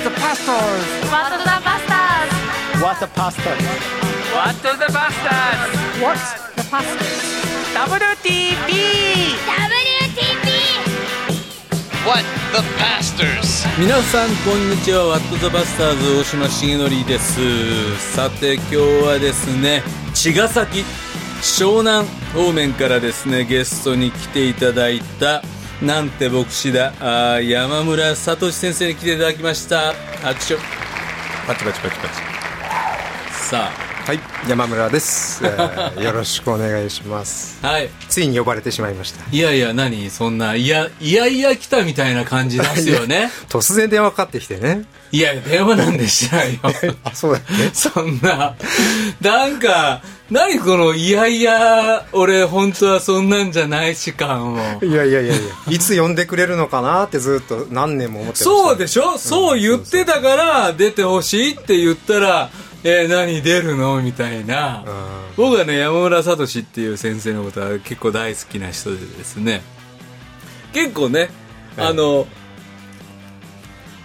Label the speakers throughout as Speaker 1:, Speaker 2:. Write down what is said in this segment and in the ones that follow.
Speaker 1: Pastors!
Speaker 2: What the Bastards!
Speaker 1: What the pastors?
Speaker 3: What the Bastards
Speaker 1: What the
Speaker 3: WTP
Speaker 2: WTP!
Speaker 4: What the pastors?
Speaker 5: 皆さんこんにちは「ワット・ザ・バスターズ」大島重則ですさて今日はですね茅ヶ崎湘南方面からですねゲストに来ていただいたなんて牧師だあー山村聡先生に来ていただきました拍手
Speaker 6: パチパチパチパチ。
Speaker 5: さ
Speaker 6: はい、山村 です。えーよろしくお願いします。
Speaker 5: あはい
Speaker 6: ついに呼ばれてしまいました。
Speaker 5: いやいや何そんないやいやいや来たみたいな感じですよね
Speaker 6: 突然電話かかってきてね。
Speaker 5: いや電話なんでしない よ
Speaker 6: あ、そうだっけ
Speaker 5: そんな、なんか、何この、いやいや、俺、本当はそんなんじゃないし感を。
Speaker 6: いやいやいやいや。いつ呼んでくれるのかなってずっと何年も思ってました。
Speaker 5: そうでしょそう言ってたから、出てほしいって言ったら、えー何出るのみたいな。僕はね、山村聡っていう先生のことは結構大好きな人でですね。結構ね、あの、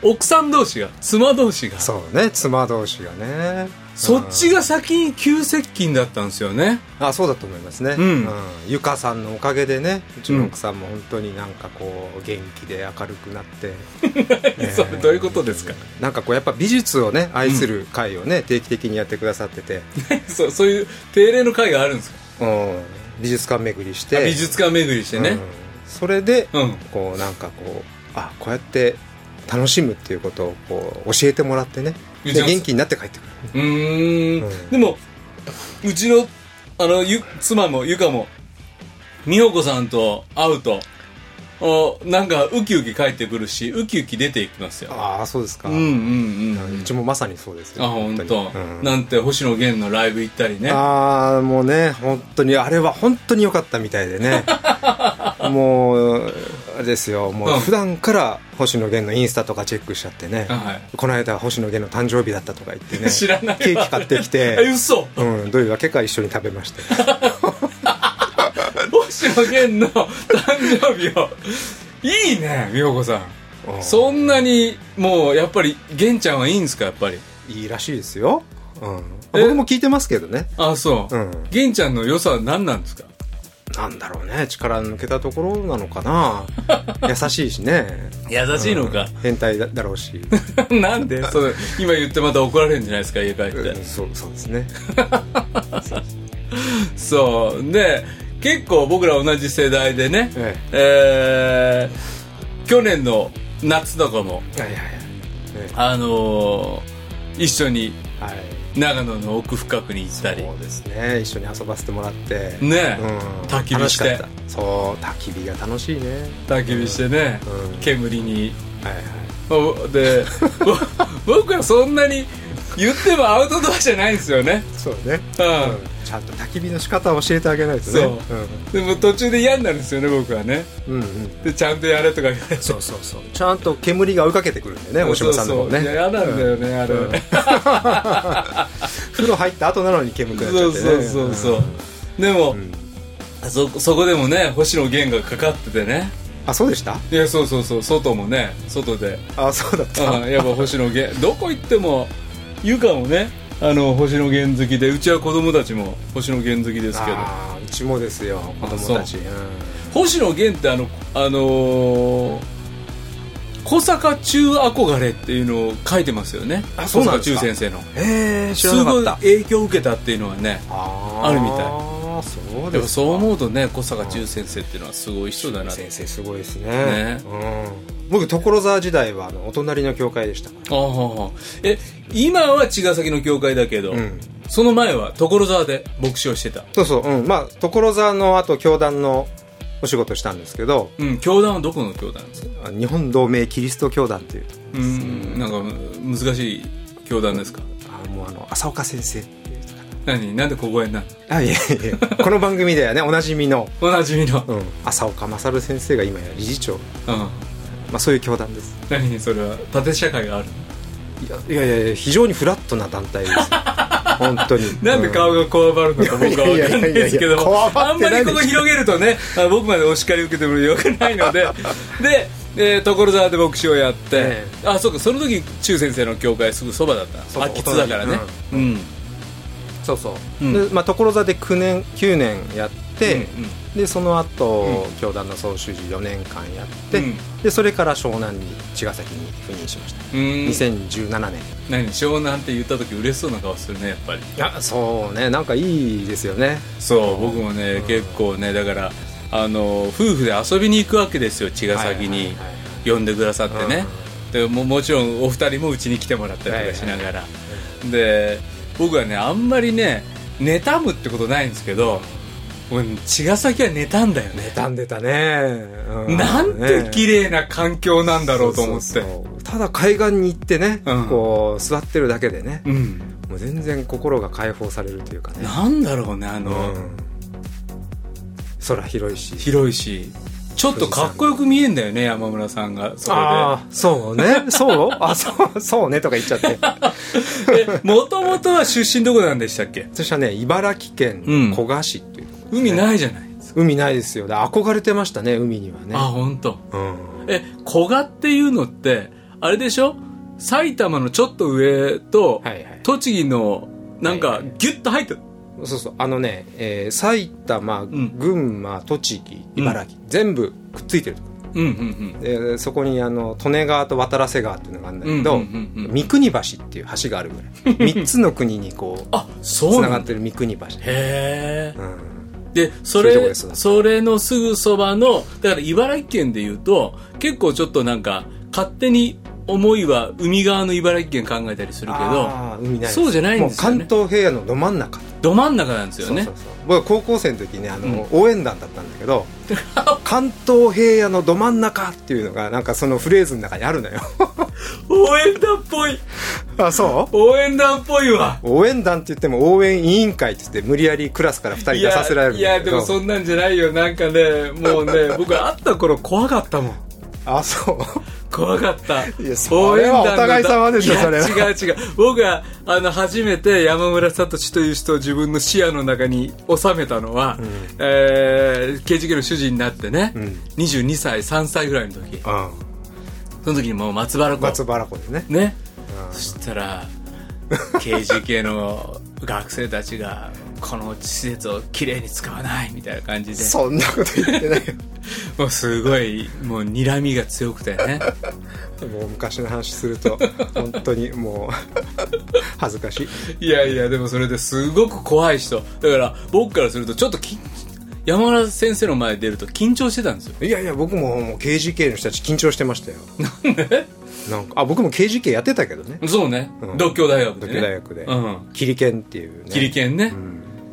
Speaker 5: 奥さん同士が、妻同士が、
Speaker 6: そうね、妻同士がね。
Speaker 5: そっちが先に急接近だったんですよね。
Speaker 6: あ、そうだと思いますね。
Speaker 5: うん
Speaker 6: ゆかさんのおかげでね、うちの奥さんも本当になんかこう、元気で明るくな って。
Speaker 5: それどういうことですか
Speaker 6: なんかこう、やっぱ美術をね、愛する会をね、定期的にやってくださってて。
Speaker 5: そうそういう定例の会があるんですか、
Speaker 6: うん、美術館巡りして。
Speaker 5: 美術館巡りしてね
Speaker 6: うん、それで、
Speaker 5: うん
Speaker 6: こうなんかこうあこうやって楽しむっていうことをこう教えてもらってねで
Speaker 5: じゃあ
Speaker 6: 元気になって帰ってくる
Speaker 5: うーん
Speaker 6: うん
Speaker 5: でもうちのあのゆ妻もゆかも美穂子さんと会うとおなんかウキウキ帰ってくるしウキウキ出ていきますよ
Speaker 6: ああそうですか、
Speaker 5: う
Speaker 6: うん
Speaker 5: うんうん
Speaker 6: んうちもまさにそうですよ
Speaker 5: あ本当、
Speaker 6: にうん
Speaker 5: なんて星野源のライブ行ったりね
Speaker 6: ああもうね本当にあれは本当に良かったみたいで ねもうあれですよも
Speaker 5: うん
Speaker 6: う普段から星野源のインスタとかチェックしちゃってね、
Speaker 5: は
Speaker 6: この間星野源の誕生日だったとか言って
Speaker 5: い
Speaker 6: ね
Speaker 5: 知らないわ
Speaker 6: ケーキ買ってき
Speaker 5: え
Speaker 6: て、
Speaker 5: 嘘
Speaker 6: うん、どういうわけか一緒に食べま した
Speaker 5: 星野源の 誕生日をいいね美穂子さん
Speaker 6: うん
Speaker 5: そんなにもうやっぱり玄ちゃんはいいんですかやっぱり
Speaker 6: いいらしいですよ、うん、
Speaker 5: え
Speaker 6: 僕も聞いてますけどね
Speaker 5: あそう、
Speaker 6: うん
Speaker 5: 玄ちゃんの良さは何なんですか
Speaker 6: なんだろうね力抜けたところなのか な優しいしね
Speaker 5: 優しいのか、
Speaker 6: 変態だだろうし、
Speaker 5: なんでそれ今言ってまた怒られるんじゃないですか家帰って、
Speaker 6: うんそうそうですね
Speaker 5: そうで結構僕ら同じ世代でね
Speaker 6: え
Speaker 5: えー去年の夏とかも
Speaker 6: はいはい
Speaker 5: あのー一緒に
Speaker 6: はいはい
Speaker 5: 長野の奥深くに行ったり
Speaker 6: そうですね一緒に遊ばせてもらって
Speaker 5: ね、
Speaker 6: うん
Speaker 5: 焚き火して
Speaker 6: 楽かったそう焚き火が楽しいね
Speaker 5: 焚き火してね、
Speaker 6: うん
Speaker 5: 煙に
Speaker 6: はいはい
Speaker 5: おでぼ僕はそんなに言ってもアウトドアじゃないんですよね
Speaker 6: そうね、
Speaker 5: うん
Speaker 6: うんちゃんと焚き火の仕方を教えてあげないとね
Speaker 5: そうでも途中で嫌になるんですよね僕はね
Speaker 6: うん、うんうん
Speaker 5: でちゃんとやれとか言われて
Speaker 6: そうそうそうちゃんと煙が追いかけてくるんでね大島さんの方
Speaker 5: そう
Speaker 6: ね
Speaker 5: そういや嫌なんだよね、あれ、
Speaker 6: うん風呂入った後なのに煙くなっちゃ
Speaker 5: そ
Speaker 6: っ
Speaker 5: う
Speaker 6: てね
Speaker 5: そうそうそう、でも、そそこでもね星野源がかかっててね
Speaker 6: あそうでした
Speaker 5: いやそうそうそう外もね外で
Speaker 6: あそうだった
Speaker 5: あやっぱ星野源どこ行っても優香もねあの星野源好きでうちは子供たちも星野源好きですけど
Speaker 6: あーうちもですよ子供たちうん
Speaker 5: 星野源ってあの、あのー小坂中憧れっていうのを書いてますよね
Speaker 6: あそうなんです
Speaker 5: 小
Speaker 6: か
Speaker 5: 坂中先生の
Speaker 6: へえ知
Speaker 5: す
Speaker 6: らなか
Speaker 5: ご
Speaker 6: っ
Speaker 5: い
Speaker 6: た
Speaker 5: 影響を受けたっていうのはね
Speaker 6: あ
Speaker 5: あるみたい
Speaker 6: あそう
Speaker 5: やっ
Speaker 6: で
Speaker 5: ぱ
Speaker 6: す
Speaker 5: そう思うとね小坂中先生っていうのはすごい人だなって
Speaker 6: 先生すごいですね
Speaker 5: ね
Speaker 6: うん、僕所沢時代はあのお隣の教会でしたか
Speaker 5: ああああえ今は茅ヶ崎の教会だけど、
Speaker 6: らうん
Speaker 5: その前は所沢で牧師をしてた
Speaker 6: そうそううんまあ所沢のあと教団のお仕事したんですけど
Speaker 5: うん教団はどこの教団ですか
Speaker 6: あ日本同盟キリスト教団っていう
Speaker 5: うんなんかむ難しい教団ですか
Speaker 6: あもうあの浅岡先生っていう人か
Speaker 5: 何なんで小声になる
Speaker 6: なあいえいえいえ この番組ではねおなじみの、
Speaker 5: のおなじみの、
Speaker 6: うん、浅岡勝先生が今や理事長、
Speaker 5: うん、
Speaker 6: まあ、そういう教団です
Speaker 5: 何それは縦社会がある
Speaker 6: いやいやいやいや非常にフラットな団体です 本当に
Speaker 5: なんで顔
Speaker 6: が、
Speaker 5: がこわばるのか僕は分かんないですけど
Speaker 6: いやいやいやいやこ
Speaker 5: も
Speaker 6: わ
Speaker 5: あ
Speaker 6: ば
Speaker 5: ん
Speaker 6: っ
Speaker 5: ま
Speaker 6: てな
Speaker 5: り
Speaker 6: いでしょ
Speaker 5: ここ広げるとねあ僕までお叱り受けてもよくないのででで所沢で牧師をやって、
Speaker 6: え
Speaker 5: あそうかその時中先生の教会すぐそばだった
Speaker 6: そう
Speaker 5: 秋津だからねうん、うん
Speaker 6: そうそう、
Speaker 5: うん
Speaker 6: でまあ、所沢で9年9年やって、
Speaker 5: うん
Speaker 6: でその後、教団の総主事4年間やって、
Speaker 5: うん
Speaker 6: でそれから湘南に茅ヶ崎に赴任しました、
Speaker 5: うん
Speaker 6: 2017年
Speaker 5: 何湘南って言った時嬉しそうな顔するねやっぱり
Speaker 6: いやそうねなんかいいですよね
Speaker 5: そう僕もね、結構ねだからあの夫婦で遊びに行くわけですよ茅ヶ崎に、
Speaker 6: はいはいはいはい
Speaker 5: 呼んでくださってね、でももちろんお二人もうちに来てもらったりとかしながら、で僕はねあんまりね妬むってことないんですけど俺茅ヶ崎は妬んだよね
Speaker 6: 出たんでたね、うん
Speaker 5: なんて綺麗な環境なんだろうと思って
Speaker 6: そうそうそうただ海岸に行ってね、
Speaker 5: うん
Speaker 6: こう座ってるだけでね、
Speaker 5: うん
Speaker 6: もう全然心が解放されるというかね、
Speaker 5: なんだろうねあ
Speaker 6: う
Speaker 5: の、
Speaker 6: ん、空広いし
Speaker 5: 広いしちょっとかっこよく見えんだよね山村さんがそこで
Speaker 6: ああそう ねそうあそうそうねとか言っちゃって
Speaker 5: もともとは出身どこなんでしたっけ
Speaker 6: そしたらね茨城
Speaker 5: うん
Speaker 6: 県古河市っていう、
Speaker 5: 海ないじゃない、
Speaker 6: 海ないですよで憧れてましたね海にはね
Speaker 5: あ本当。
Speaker 6: うん
Speaker 5: え古賀っていうのってあれでしょ埼玉のちょっと上と、
Speaker 6: はいはい
Speaker 5: 栃木のな
Speaker 6: は
Speaker 5: んか
Speaker 6: いはい
Speaker 5: ギュッと入ってる、
Speaker 6: そうそうあのね、えー埼玉
Speaker 5: ん
Speaker 6: 群馬栃木茨城、全部くっついてる
Speaker 5: うんうん
Speaker 6: でそこにあの利根川と渡良瀬川っていうのがあるんだけど、
Speaker 5: うんうんうんうん
Speaker 6: 三国橋っていう橋があるぐ らい三つの国にこう
Speaker 5: あそ
Speaker 6: つな
Speaker 5: うな
Speaker 6: が
Speaker 5: ん
Speaker 6: っ
Speaker 5: だ
Speaker 6: てる三国橋、
Speaker 5: へえ
Speaker 6: うん、
Speaker 5: で
Speaker 6: そ
Speaker 5: そ
Speaker 6: ういう
Speaker 5: れ
Speaker 6: とこです
Speaker 5: それのすぐそばのだから茨城県でいうと結構ちょっとなんか勝手に思いは海側の茨城県考えたりするけど
Speaker 6: あー海ないです
Speaker 5: そうじゃないんですよね
Speaker 6: もう関東平野のど真ん中
Speaker 5: ど真ん中なんですよね
Speaker 6: そうそうそう僕は高校生の時ねあの、応援団だったんだけ ど関東平野のど真ん中っていうのがなんかそのフレーズの中にあるのよ
Speaker 5: 応援団っぽい
Speaker 6: あそ
Speaker 5: 応援団っぽいわ
Speaker 6: う応援団って言っても応援委員会って言って無理やりクラスから2人
Speaker 5: い
Speaker 6: 出
Speaker 5: や
Speaker 6: させられるん
Speaker 5: いや
Speaker 6: だけ
Speaker 5: で
Speaker 6: ど
Speaker 5: もそんなんじゃないよなんかねもうね僕会った頃怖かったもん
Speaker 6: あそう
Speaker 5: 怖かった
Speaker 6: いやそれは
Speaker 5: 応援団の
Speaker 6: お互い様でしょ
Speaker 5: いや
Speaker 6: それは
Speaker 5: 違う違う僕があの初めて山村聡という人を自分の視野の中に収めたのは、えー、KGK の主人になってね、
Speaker 6: ん
Speaker 5: 22歳3歳ぐらいの時
Speaker 6: うん
Speaker 5: その時にもう松原子
Speaker 6: 松原湖でね
Speaker 5: ね、そしたら KGK の学生たちがこの施設をきれいに使わないみたいな感じで
Speaker 6: そんなこと言ってないよ
Speaker 5: もうすごいもう睨みが強くてね
Speaker 6: もう昔の話すると本当にもう恥ずかしい
Speaker 5: いやいやでもそれですごく怖い人だから僕からするとちょっと緊山村先生の前に出ると緊張してたんですよ
Speaker 6: いやいや僕ももう KGK の人たち緊張してましたよなんでなんかあ僕も KGK やってたけどね
Speaker 5: そうね、
Speaker 6: うん
Speaker 5: 独協大学で、ね、
Speaker 6: 独協大学で
Speaker 5: うん
Speaker 6: キリケンっていうね
Speaker 5: キリケンね、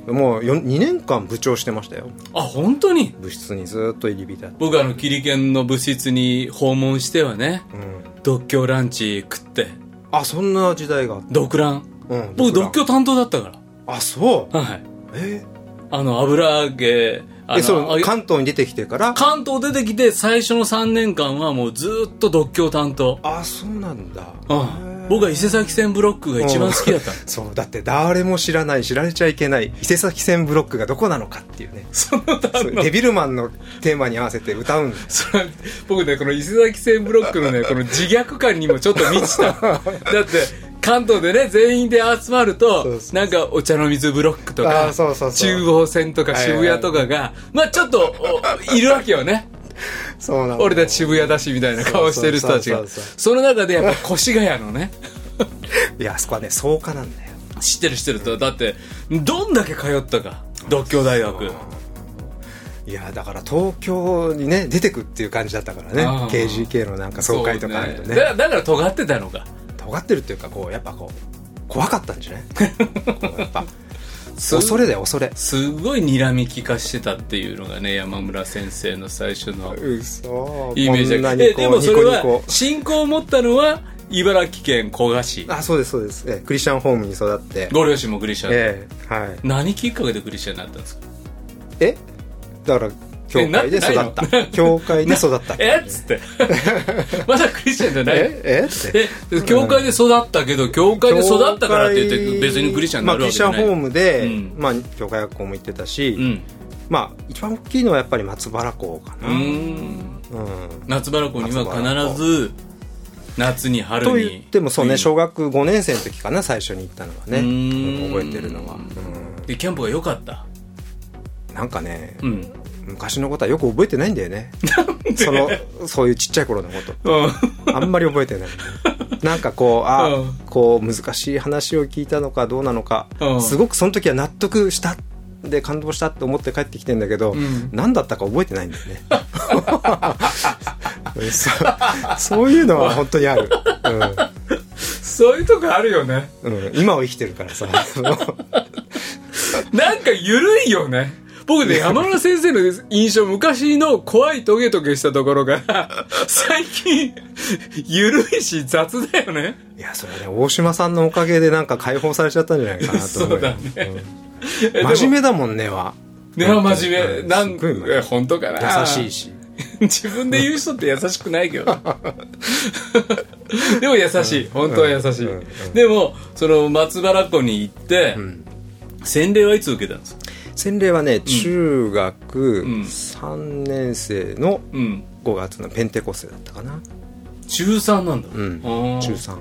Speaker 6: もう2年間部長してましたよ
Speaker 5: あ本当に
Speaker 6: 部室にずーっと入り浸って
Speaker 5: 僕あのキリケンの部室に訪問してはね、
Speaker 6: うん
Speaker 5: 独協ランチ食って
Speaker 6: あそんな時代があっ
Speaker 5: 独ラン
Speaker 6: たうん
Speaker 5: 僕独
Speaker 6: 独断
Speaker 5: 協担当だったか
Speaker 6: あそう
Speaker 5: らはい
Speaker 6: え
Speaker 5: あの油揚げあの
Speaker 6: えそ
Speaker 5: 揚
Speaker 6: う
Speaker 5: げ
Speaker 6: 関東に出てきてから
Speaker 5: 関東出てきて最初の3年間はもうずっと独協担当
Speaker 6: あそうなんだ
Speaker 5: うん僕は伊勢崎線ブロックが一番好きだったの
Speaker 6: そうだって誰も知らない知られちゃいけない伊勢崎線ブロックがどこなのかっていうね
Speaker 5: その歌
Speaker 6: そうデビルマンのテーマに合わせて歌うんだよ
Speaker 5: それ僕ねこの伊勢崎線ブロックのねこの自虐感にもちょっと満 ちただって関東でね全員で集まると
Speaker 6: そうそう
Speaker 5: なんかお茶の水ブロックとか
Speaker 6: あーそうそうそう
Speaker 5: 中央線とか
Speaker 6: はいはい
Speaker 5: 渋谷とかがまあちょっとおいるわけよね
Speaker 6: そうなの
Speaker 5: 俺たち渋谷だしみたいな顔してる人たち
Speaker 6: そ
Speaker 5: が
Speaker 6: うそうそうそう
Speaker 5: その中でやっぱ越谷のね
Speaker 6: いやあそこはね草加なんだよ
Speaker 5: 知ってる知ってるとだってどんだけ通ったか独協大学
Speaker 6: いやだから東京にね出てくっていう感じだったからね
Speaker 5: あー
Speaker 6: KGK のなんか総会とかあるとね
Speaker 5: そうだだから尖ってたのか
Speaker 6: 尖ってるっていうかこうやっぱこう怖かったんじ ゃないこうやっぱ
Speaker 5: す
Speaker 6: 恐れだよ恐れ
Speaker 5: すごい睨み利かしてたっていうのがね山村先生の最初の
Speaker 6: うそ
Speaker 5: イメージ
Speaker 6: こん
Speaker 5: だ
Speaker 6: な
Speaker 5: え
Speaker 6: にこ
Speaker 5: で
Speaker 6: う
Speaker 5: もそれ
Speaker 6: ニコニ
Speaker 5: は
Speaker 6: コ
Speaker 5: 信仰を持ったのは茨城県古河市
Speaker 6: あそうですそうですえクリスチャンホームに育って
Speaker 5: ご両親もグリシャン、
Speaker 6: ええはい
Speaker 5: 何きっかけでグリシャンになったんですか
Speaker 6: えだから教会で育
Speaker 5: えな
Speaker 6: っ
Speaker 5: ってない
Speaker 6: た
Speaker 5: の
Speaker 6: 教会で育った
Speaker 5: えっつって まだクリスチャンじゃない
Speaker 6: ええって
Speaker 5: え教会で育ったけど教会で育ったからって言って別にクリスチャンになるわけじゃ
Speaker 6: ま
Speaker 5: な
Speaker 6: あ、クリスチャンホ
Speaker 5: い、
Speaker 6: ームで、
Speaker 5: うん
Speaker 6: まあ、教会学校も行ってたし、
Speaker 5: うん
Speaker 6: まあ一番大きいのはやっぱり松原校かな
Speaker 5: うーん
Speaker 6: うん
Speaker 5: 夏原湖には必ず夏に春に
Speaker 6: と言ってもそうね
Speaker 5: 冬に
Speaker 6: 小学5年生の時かな最初に行ったのがね、
Speaker 5: うーん
Speaker 6: うん覚えてるのは、う
Speaker 5: でキャンプが良かった
Speaker 6: んなんかね、
Speaker 5: うん
Speaker 6: 昔のことはよく覚えてないんだよねそのそういうちっちゃい頃のことあんまり覚えて ない。なんかこう、あ、
Speaker 5: うん
Speaker 6: こう難しい話を聞いたのかどうなのか、
Speaker 5: うん
Speaker 6: すごくその時は納得した。で感動したって思って帰ってきてんだけど、
Speaker 5: ん
Speaker 6: 何だったか覚えてないんだよね そうそういうのは本当にある、
Speaker 5: そういうとこあるよね
Speaker 6: うんうん、今を生きてるから さ
Speaker 5: なんか緩いよね僕ね、山村先生の印象、昔の怖いトゲトゲしたとこ ろが、最近、緩いし雑だよね。
Speaker 6: いやそれね大島さんのおかげでなんか解放されちゃったんじゃないかなと思うよ
Speaker 5: そうだね
Speaker 6: うん真面目だもんねは
Speaker 5: 目。ね、真面目。
Speaker 6: うん
Speaker 5: なん
Speaker 6: すっごい真面目
Speaker 5: え本当かな
Speaker 6: 優しいし
Speaker 5: 自分で言う人って優しくない けどでも優しい本当は優しい、
Speaker 6: うんうん
Speaker 5: でもその松原湖に行って、
Speaker 6: ん
Speaker 5: 洗礼はいつ受けたんですか
Speaker 6: 洗礼はね中学
Speaker 5: ん
Speaker 6: 3年生の
Speaker 5: うん
Speaker 6: 5月のペンテコステだったかな、
Speaker 5: 中3なんだ、
Speaker 6: うん、
Speaker 5: あー
Speaker 6: 中3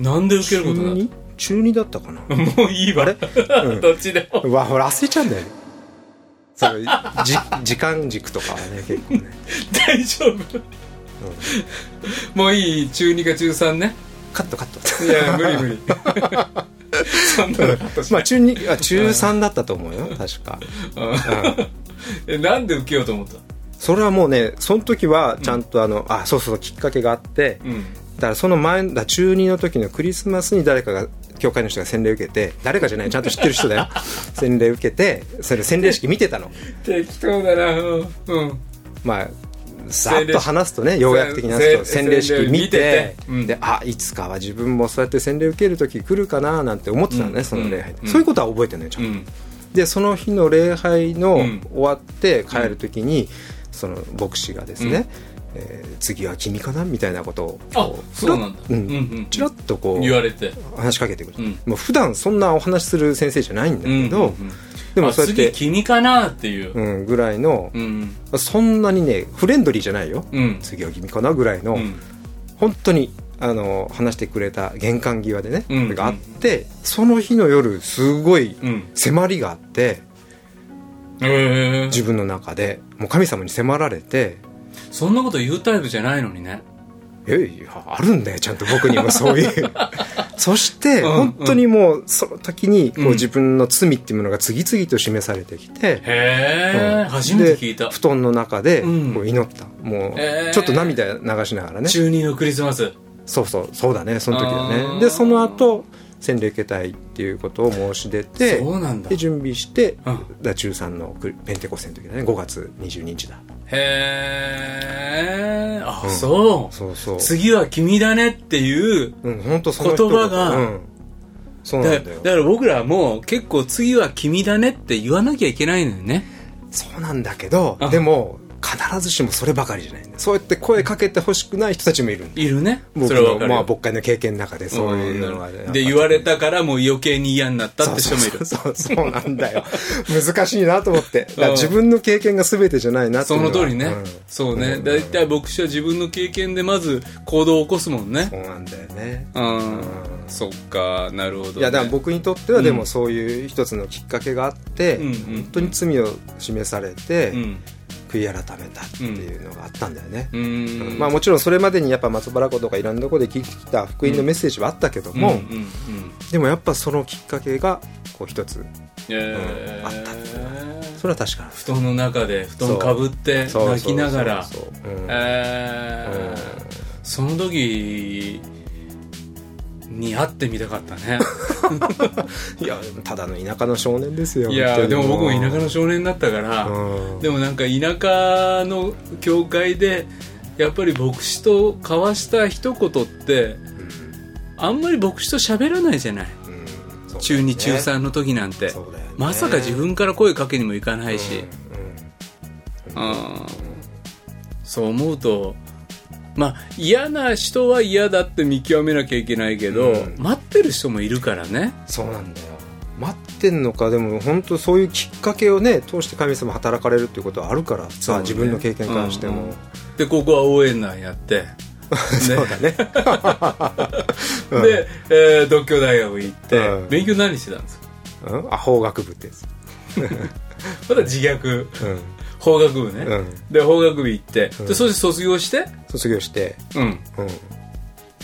Speaker 5: なんで受け
Speaker 6: 中
Speaker 5: ることになっ
Speaker 6: 2中2だったかな
Speaker 5: たもういいわ、
Speaker 6: うん
Speaker 5: どっちでも
Speaker 6: うわほら焦っちゃうんだよねそれじ時間軸とかはね結構 ね
Speaker 5: 大丈夫もういい中2か中3ね
Speaker 6: カットカット
Speaker 5: いや無理無理そんなの
Speaker 6: まあ中2あ中3だったと思うよ確か、うん
Speaker 5: えなんで受けようと思った
Speaker 6: それはもうねその時はちゃんとあの、あそうそうきっかけがあって、
Speaker 5: うん
Speaker 6: だからその前だから中2の時のクリスマスに誰かが教会の人が洗礼受けて誰かじゃ ないちゃんと知ってる人だよ洗礼受けてそれ洗礼式見てたの
Speaker 5: 適当だなうんうん
Speaker 6: まあさっと話すとね要約的な話すと
Speaker 5: せ
Speaker 6: 洗礼式見て
Speaker 5: 洗礼を見ててうん
Speaker 6: であいつかは自分もそうやって洗礼受ける時来るかななんて思ってたのね、
Speaker 5: うん
Speaker 6: その礼拝、
Speaker 5: うん
Speaker 6: そういうことは覚えてないちゃん
Speaker 5: う
Speaker 6: と、
Speaker 5: ん
Speaker 6: でその日の礼拝の
Speaker 5: うん
Speaker 6: 終わって帰る時に、その牧師がですね、えー次は君かなみたいなことを
Speaker 5: あそうなんだ
Speaker 6: う
Speaker 5: うんうん
Speaker 6: んちらっとこう
Speaker 5: 言われて
Speaker 6: 話しかけてくる、
Speaker 5: うん
Speaker 6: もう普段そんなお話しする先生じゃないんだけど、で
Speaker 5: でも
Speaker 6: もそうやって、
Speaker 5: 次、君かなっていううん
Speaker 6: ぐらいの
Speaker 5: う、ん
Speaker 6: そんなにねフレンドリーじゃないよ、
Speaker 5: うん
Speaker 6: 次は君かなぐらいの、
Speaker 5: うん
Speaker 6: 本当にあの話してくれた玄関際でね、
Speaker 5: うん
Speaker 6: それがあってその日の夜すごい
Speaker 5: うん
Speaker 6: 迫りがあって
Speaker 5: へえ
Speaker 6: 自分の中でもう神様に迫られて
Speaker 5: そんなこと言うタイプじゃないのにね
Speaker 6: いやいやあるんだよちゃんと僕にもそういう そして
Speaker 5: うん
Speaker 6: 本当にもうその時にこ
Speaker 5: うん
Speaker 6: う自分の罪っていうものが次々と示されてきて、
Speaker 5: へえ
Speaker 6: うん
Speaker 5: 初めて聞いた
Speaker 6: で布団の中で
Speaker 5: うん
Speaker 6: こう祈った、も
Speaker 5: へー
Speaker 6: うちょっと涙流しながらね
Speaker 5: 中二のクリスマス
Speaker 6: そうそうそうだねその時
Speaker 5: あ
Speaker 6: だ
Speaker 5: ー
Speaker 6: ねでその後洗礼受けたいっていうことを申し出て
Speaker 5: そうなんだ
Speaker 6: で準備して、
Speaker 5: う
Speaker 6: だ
Speaker 5: ん
Speaker 6: から中3のクリペンテコステの時だね5月22日だ
Speaker 5: へえあ
Speaker 6: うん
Speaker 5: そう
Speaker 6: そうそう、
Speaker 5: 次は君だねっていう
Speaker 6: うん、本当その一
Speaker 5: 言葉が
Speaker 6: うん、そうな
Speaker 5: だ
Speaker 6: んだよ
Speaker 5: だから僕らはもう結構次は君だねって言わなきゃいけないのよね
Speaker 6: そうなんだけど
Speaker 5: あ
Speaker 6: でも必ずしもそればかりじゃないんだよそうやって声かけてほしくない人たちもいるんだよ
Speaker 5: いるね
Speaker 6: 僕
Speaker 5: それは分か
Speaker 6: の
Speaker 5: るよ
Speaker 6: まあ僕会の経験の中でそういうのが、ね
Speaker 5: で言われたからもう余計に嫌になったって人もいる
Speaker 6: そうそうそうそうなんだよ難しいなと思ってだから自分の経験が全てじゃないなってい
Speaker 5: そうの
Speaker 6: は
Speaker 5: 通りね、
Speaker 6: うん
Speaker 5: そうね、
Speaker 6: ん
Speaker 5: だいたい牧師は自分の経験でまず行動を起こすもんね
Speaker 6: そうなんだよね
Speaker 5: うん、そっかなるほど、ね、
Speaker 6: いやだから僕にとっては
Speaker 5: ん
Speaker 6: でもそういう一つのきっかけがあって、
Speaker 5: うんうん
Speaker 6: 本当に罪を示されて、
Speaker 5: うん
Speaker 6: 悔い改めたっていうのがあったんだよね、
Speaker 5: うーん
Speaker 6: まあ、もちろんそれまでにやっぱ松原湖とかいろんなとこで聞いてきた福音のメッセージはあったけども、
Speaker 5: うんうんうん
Speaker 6: でもやっぱそのきっかけがこう一つ
Speaker 5: えー
Speaker 6: あったっていうそれは確かなんです
Speaker 5: 布団の中で布団かぶって
Speaker 6: そう
Speaker 5: 泣きながら
Speaker 6: そうそうそううん
Speaker 5: えーその時に会ってみたかっ たね
Speaker 6: いやでもただの田舎の少年ですよ
Speaker 5: いや
Speaker 6: 本当
Speaker 5: で
Speaker 6: に
Speaker 5: も僕も田舎の少年だったから、
Speaker 6: うん
Speaker 5: でもなんか田舎の教会でやっぱり牧師と交わした一言ってあんまり牧師と喋らないじゃない
Speaker 6: うん
Speaker 5: 中2中3の時なんて、
Speaker 6: そうだよね
Speaker 5: まさか自分から声かけにもいかないし、うんそう思うとまあ嫌な人は嫌だって見極めなきゃいけないけど、
Speaker 6: うん
Speaker 5: 待ってる人もいるからね
Speaker 6: そうなんだよ待っってんのかでも本当そういうきっかけをね通して神様働かれるっていうことはあるから
Speaker 5: そう
Speaker 6: さ、
Speaker 5: ね
Speaker 6: 自分の経験からしても、
Speaker 5: うんでここは応援団やって、ね、
Speaker 6: そう だねうん
Speaker 5: で、えー、独協大学行って、
Speaker 6: うん
Speaker 5: 勉強何してたんですか
Speaker 6: うん、あ法学部ってやつ、
Speaker 5: まだ自虐
Speaker 6: うん、
Speaker 5: 法学部ね、
Speaker 6: うん
Speaker 5: で法学部行って、
Speaker 6: うん
Speaker 5: でそして卒業して
Speaker 6: 卒業して、
Speaker 5: うん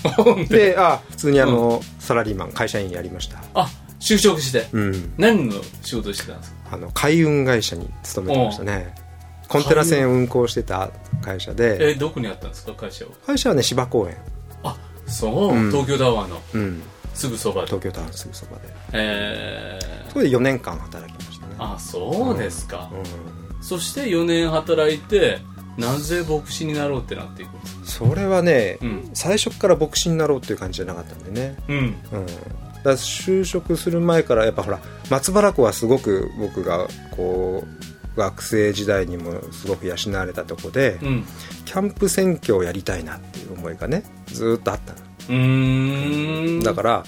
Speaker 6: う
Speaker 5: ほん
Speaker 6: ん、
Speaker 5: で
Speaker 6: であ普通にあの、サラリーマン会社員やりました
Speaker 5: あ就職して、
Speaker 6: うん
Speaker 5: 何の仕事してたんですか
Speaker 6: あの海運会社に勤めてましたねコンテナ船を運航してた会社
Speaker 5: え
Speaker 6: で
Speaker 5: ーどこにあったんですか会社を
Speaker 6: 会社はね芝公園、
Speaker 5: あそう、
Speaker 6: うん
Speaker 5: 東京タワーの
Speaker 6: うん、
Speaker 5: すぐそばで
Speaker 6: 東京タワーのすぐそばで
Speaker 5: えー
Speaker 6: そこで4年間働きましたね
Speaker 5: あそうですか、
Speaker 6: う
Speaker 5: そして4年働いてなぜ牧師になろうってなっていくんですか
Speaker 6: ん、それはね、
Speaker 5: うん
Speaker 6: 最初から牧師になろうっていう感じじゃなかったんでね、
Speaker 5: うん
Speaker 6: うん、だから就職する前からやっぱほら松原湖はすごく僕がこう学生時代にもすごく養われたとこで、
Speaker 5: うん
Speaker 6: キャンプ選挙をやりたいなっていう思いがねずーっとあったの
Speaker 5: うーん
Speaker 6: だから、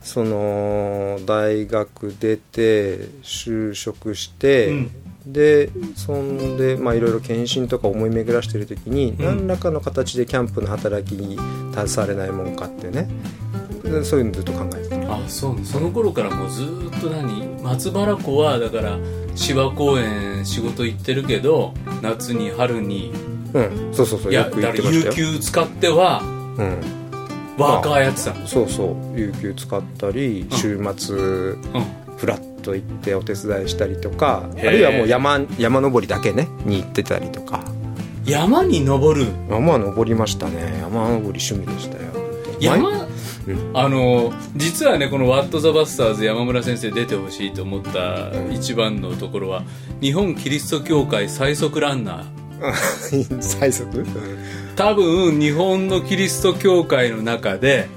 Speaker 6: その大学出て就職して、
Speaker 5: うん
Speaker 6: でそんでまあいろいろ検診とか思い巡らしてる時に、
Speaker 5: ん
Speaker 6: 何らかの形でキャンプの働きに携われないもんかってねでそういうのずっと考えてた
Speaker 5: あそうねその頃からもうずーっと何松原湖はだから芝公園仕事行ってるけど夏に春に
Speaker 6: うんそうそうそう
Speaker 5: い
Speaker 6: よ
Speaker 5: や
Speaker 6: く
Speaker 5: だ
Speaker 6: 言って
Speaker 5: から
Speaker 6: ま
Speaker 5: 有
Speaker 6: したよ、
Speaker 5: 給使っては
Speaker 6: うん、
Speaker 5: ワーカーやってたんです
Speaker 6: そうそう有給使ったり週末
Speaker 5: うん
Speaker 6: フラッと行ってお手伝いしたりとかあ
Speaker 5: へー
Speaker 6: るいはもう山山登りだけねに行ってたりとか
Speaker 5: 山に登る
Speaker 6: 山登りましたね山登り趣味でしたよ毎
Speaker 5: 山
Speaker 6: うん
Speaker 5: あの実はねこの「ワット・ザ・バスターズ」山村先生出てほしいと思った一番のところは日本キリスト教会最速ランナ ー
Speaker 6: 最速、
Speaker 5: 多分日本のキリスト教会の中で、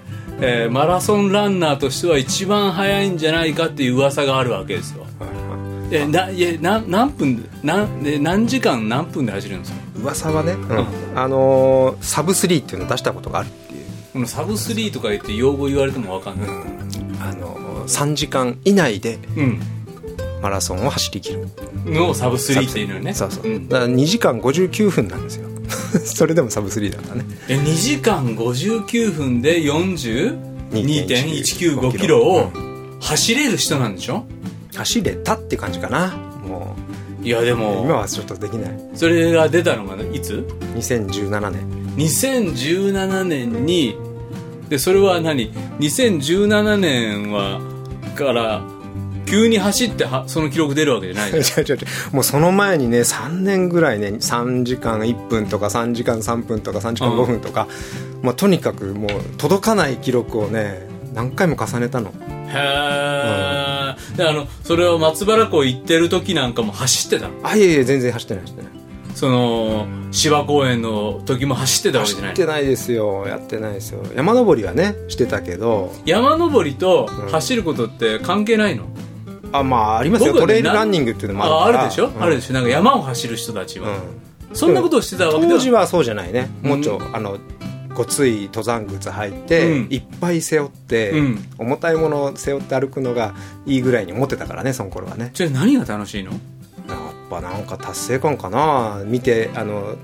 Speaker 5: えーマラソンランナーとしては一番速いんじゃないかっていう噂があるわけですよえないやな何分でなんで何時間何分で走るんですか
Speaker 6: 噂はね、あのーサブスリーっていうのを出したことがあるっていう、
Speaker 5: このサブスリーとか言って用語言われても分かんない、
Speaker 6: あのー3時間以内で
Speaker 5: うん、
Speaker 6: マラソンを走り切る
Speaker 5: のをサブスリーっていうのよね
Speaker 6: そうそう、
Speaker 5: ん
Speaker 6: だから2時間59分なんですよ それでもサブスリーだったね
Speaker 5: え2時間59分で42.195
Speaker 6: 2.195
Speaker 5: キロを走れる人なんでしょ
Speaker 6: 走れたって感じかなも
Speaker 5: いやで
Speaker 6: う今
Speaker 5: も
Speaker 6: はちょっとできない
Speaker 5: それが出たのがいつ
Speaker 6: 2017年
Speaker 5: 2017年にでそれは何2017年はから急に走ってはその記録出るわけ じゃないじゃん
Speaker 6: 違う違う違 うもうその前にね3年ぐらいね3時間1分とか3時間3分とか3時間5分とか、まあ、とにかくもう届かない記録をね何回も重ねたの
Speaker 5: へえ、であのそれを松原湖行ってる時なんかも走ってたの
Speaker 6: あいえいえ全然走ってない走ってない
Speaker 5: その芝公園の時も走ってたわけじゃ
Speaker 6: 走
Speaker 5: ない
Speaker 6: ってないですよやってないですよ山登りはねしてたけど
Speaker 5: 山登りと走ることって関係ないの、
Speaker 6: あまあありますよ、ト
Speaker 5: 僕はね
Speaker 6: レイルランニングっていうのもある
Speaker 5: ああ
Speaker 6: から
Speaker 5: るでしょ、
Speaker 6: うん
Speaker 5: あるでしょなんか山を走る人たちは、
Speaker 6: うん
Speaker 5: そんなことをしてたわけでは
Speaker 6: 当時はそうじゃないね
Speaker 5: うん
Speaker 6: もうちょ、あのごつい登山靴履いて、
Speaker 5: うん
Speaker 6: いっぱい背負って、
Speaker 5: うん
Speaker 6: 重たいものを背負って歩くのがいいぐらいに思ってたからねその頃はね
Speaker 5: じゃあ何が楽しいの
Speaker 6: やっぱなんか達成感かな見てあの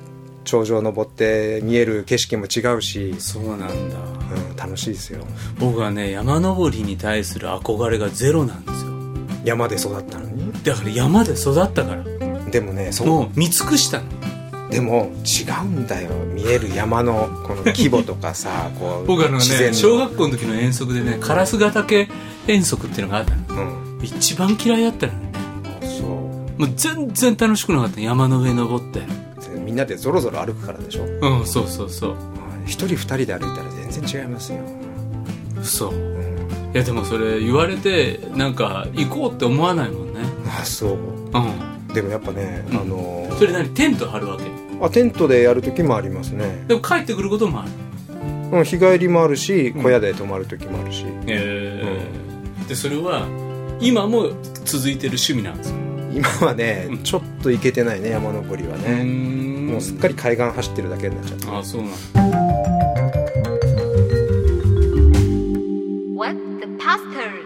Speaker 6: 頂上登って見える景色も違うし、
Speaker 5: そうなんだ
Speaker 6: うん、楽しいですよ
Speaker 5: 僕はね山登りに対する憧れがゼロなんですよ
Speaker 6: 山で育ったのに
Speaker 5: だから山で育ったから
Speaker 6: でもねそ
Speaker 5: もう見尽くしたの
Speaker 6: でも違うんだよ見える山のこの規模とかさ こう
Speaker 5: 僕あの
Speaker 6: 自然
Speaker 5: ね小学校の時の遠足でねカラスヶ岳遠足っていうのがあったの
Speaker 6: うん
Speaker 5: 一番嫌いだったのね
Speaker 6: そ
Speaker 5: もう全然楽しくなかったの山の上登って
Speaker 6: うみんなでぞろぞろ歩くからでしょ
Speaker 5: うんそうそうそう
Speaker 6: 一人二人で歩いたら全然違いますよ、
Speaker 5: 嘘
Speaker 6: うん、
Speaker 5: いやでもそれ言われてなんか行こうって思わないもんね
Speaker 6: あそう
Speaker 5: うん
Speaker 6: でもやっぱね、
Speaker 5: うん
Speaker 6: あの
Speaker 5: それ何テント張るわけ
Speaker 6: あテントでやる時もありますね、
Speaker 5: でも帰ってくることもある
Speaker 6: うん、日帰りもあるし
Speaker 5: うん
Speaker 6: 小屋で泊まる時もあるし、
Speaker 5: ええでそれは今も続いてる趣味なんですよ
Speaker 6: 今はね
Speaker 5: うん
Speaker 6: ちょっと行けてないね山登りはね、も
Speaker 5: も
Speaker 6: うすっかり海岸走ってるだけになっちゃった
Speaker 5: ああそうなん
Speaker 2: What the pastors?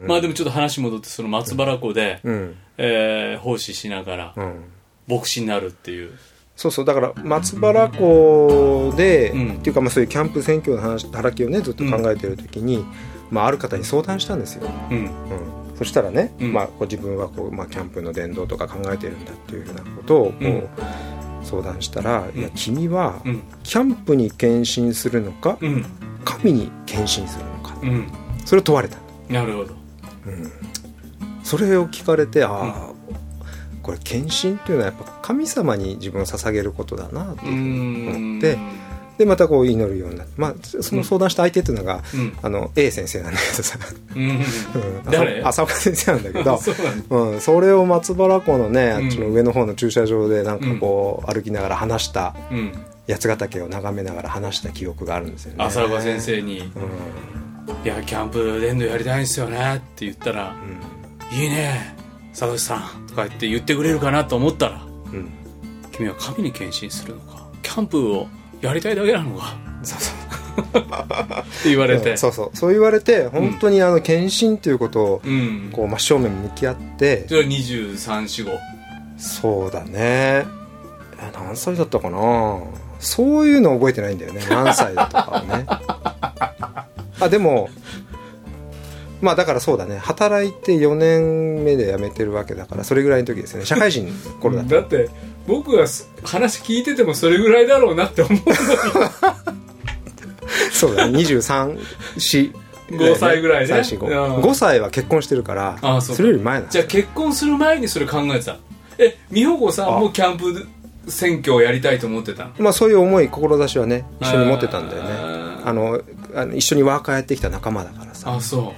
Speaker 5: まあでもちょっと話戻ってその松原湖で、
Speaker 6: うん
Speaker 5: えー奉仕しながら
Speaker 6: うん
Speaker 5: 牧師になるっていう
Speaker 6: そうそうだから松原湖で、
Speaker 5: うん
Speaker 6: っていうかまあそういうキャンプ選挙の話働きをねずっと考えてる時に、まあ、ある方に相談したんですよ、
Speaker 5: うん
Speaker 6: うん、そしたらね、
Speaker 5: うん
Speaker 6: まあ、こう自分はこう、まあ、キャンプの伝道とか考えてるんだっていうふうなことをこう、
Speaker 5: うん
Speaker 6: 相談したら、
Speaker 5: ん
Speaker 6: いや君は、
Speaker 5: うん
Speaker 6: キャンプに献身するのか、
Speaker 5: うん
Speaker 6: 神に献身するのか
Speaker 5: うん
Speaker 6: それを問われた
Speaker 5: なるほど
Speaker 6: それを聞かれてああ、これ献身っていうのはやっぱ神様に自分を捧げることだなって
Speaker 5: う
Speaker 6: いうふう
Speaker 5: ー
Speaker 6: に思
Speaker 5: ん
Speaker 6: ってでまたこう祈るようになって、まあ、その相談した相手っていうのが、
Speaker 5: うん
Speaker 6: あの A 先生なんだけどさ、
Speaker 5: うん
Speaker 6: うん
Speaker 5: 誰
Speaker 6: 浅岡先生なんだけど
Speaker 5: そうなんだ
Speaker 6: うん、それを松原湖のねあっちの
Speaker 5: うん
Speaker 6: 上の方の駐車場でなんかこう、歩きながら話した
Speaker 5: うん
Speaker 6: 八ヶ岳を眺めながら話した記憶があるんですよね
Speaker 5: 浅岡先生に「いやキャンプ伝道やりたいんですよね」って言ったら
Speaker 6: うん
Speaker 5: 「いいね佐藤さん」とか言って言ってくれるかなと思ったら
Speaker 6: うん、うん
Speaker 5: 「君は神に献身するのかキャンプをやりたいだけなのか」
Speaker 6: そうそう
Speaker 5: って言われて
Speaker 6: そうそうそう言われて本当にあの献身ということを
Speaker 5: うん
Speaker 6: こう真正面向き合って、
Speaker 5: それは2345
Speaker 6: そうだねえ何歳だったかなそういうの覚えてないんだよね何歳だったかは ねあでもまあだからそうだね働いて4年目で辞めてるわけだからそれぐらいの時ですね社会人の頃だった
Speaker 5: だって僕がす話聞いててもそれぐらいだろうなって思う
Speaker 6: そうだね234
Speaker 5: 5歳ぐらいねうん
Speaker 6: 5歳は結婚してるから
Speaker 5: あそう
Speaker 6: そ
Speaker 5: か
Speaker 6: れより前なんだ
Speaker 5: じゃあ結婚する前にそれ考えてたえ美穂子さんもキャンプ選挙をやりたいと思ってたの
Speaker 6: まあ、そういう思い志はね一緒に持ってたんだよね
Speaker 5: あー
Speaker 6: あのあの一緒にワーカーやってきた仲間だからさ
Speaker 5: あそ
Speaker 6: そ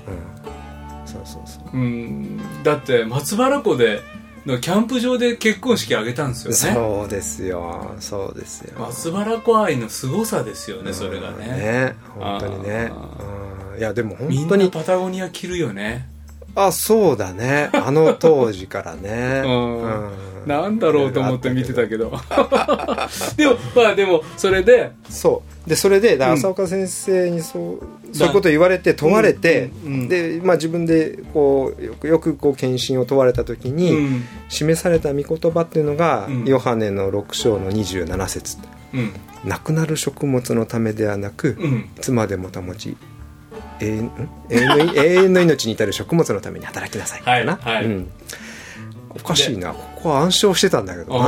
Speaker 6: うそうそう
Speaker 5: ううんだって松原湖でのキャンプ場で結婚式あげたんですよね
Speaker 6: そうですよそうですよ、
Speaker 5: 松原湖愛の凄さですよねそれがね
Speaker 6: ね本当にね
Speaker 5: あ
Speaker 6: うんいやでも
Speaker 5: み
Speaker 6: 本
Speaker 5: ん
Speaker 6: 当
Speaker 5: な
Speaker 6: に
Speaker 5: パタゴニア着るよね
Speaker 6: あそうだねあの当時からね
Speaker 5: うん
Speaker 6: うん
Speaker 5: なんだろうと思って見てたけ どでもまあでもそれで
Speaker 6: そうでそれでだから
Speaker 5: うん
Speaker 6: 浅岡先生にそう,、そういうこと言われて問われて、
Speaker 5: うんうんうん
Speaker 6: で、まあ、自分でこうよくよくこう献身を問われた時に、
Speaker 5: うん
Speaker 6: 示された御言葉っていうのが、
Speaker 5: うん
Speaker 6: ヨハネの6章の27節
Speaker 5: うん
Speaker 6: なくなる食物のためではなく、
Speaker 5: うん
Speaker 6: いつまでも保ち永遠ん永遠の永遠の命に至る食物のために働きなさい
Speaker 5: はい
Speaker 6: かな、
Speaker 5: はい
Speaker 6: うん、おかしいなここは暗唱してたんだけど
Speaker 5: あ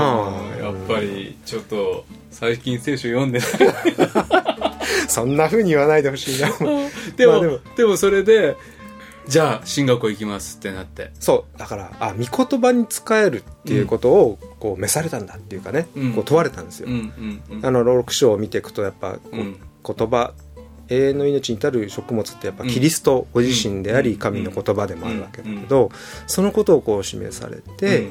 Speaker 6: な
Speaker 5: あやっぱりちょっと最近聖書読んでない
Speaker 6: そんなふうに言わないでほしいな
Speaker 5: でも,、
Speaker 6: まあ
Speaker 5: で
Speaker 6: で
Speaker 5: も
Speaker 6: も
Speaker 5: それでじゃあ進学校行きますってなって
Speaker 6: そうだからあ御言葉に仕えるっていうことをこう召されたんだっていうかね、
Speaker 5: うん
Speaker 6: こう問われたんですよ、
Speaker 5: うんうん
Speaker 6: あの6章を見ていくとやっぱこう
Speaker 5: うん
Speaker 6: 言葉永遠の命に至る食物ってやっぱキリストご自身であ
Speaker 5: う
Speaker 6: り
Speaker 5: ん
Speaker 6: 神の言葉でもあるわけだけどそのことをこう示されて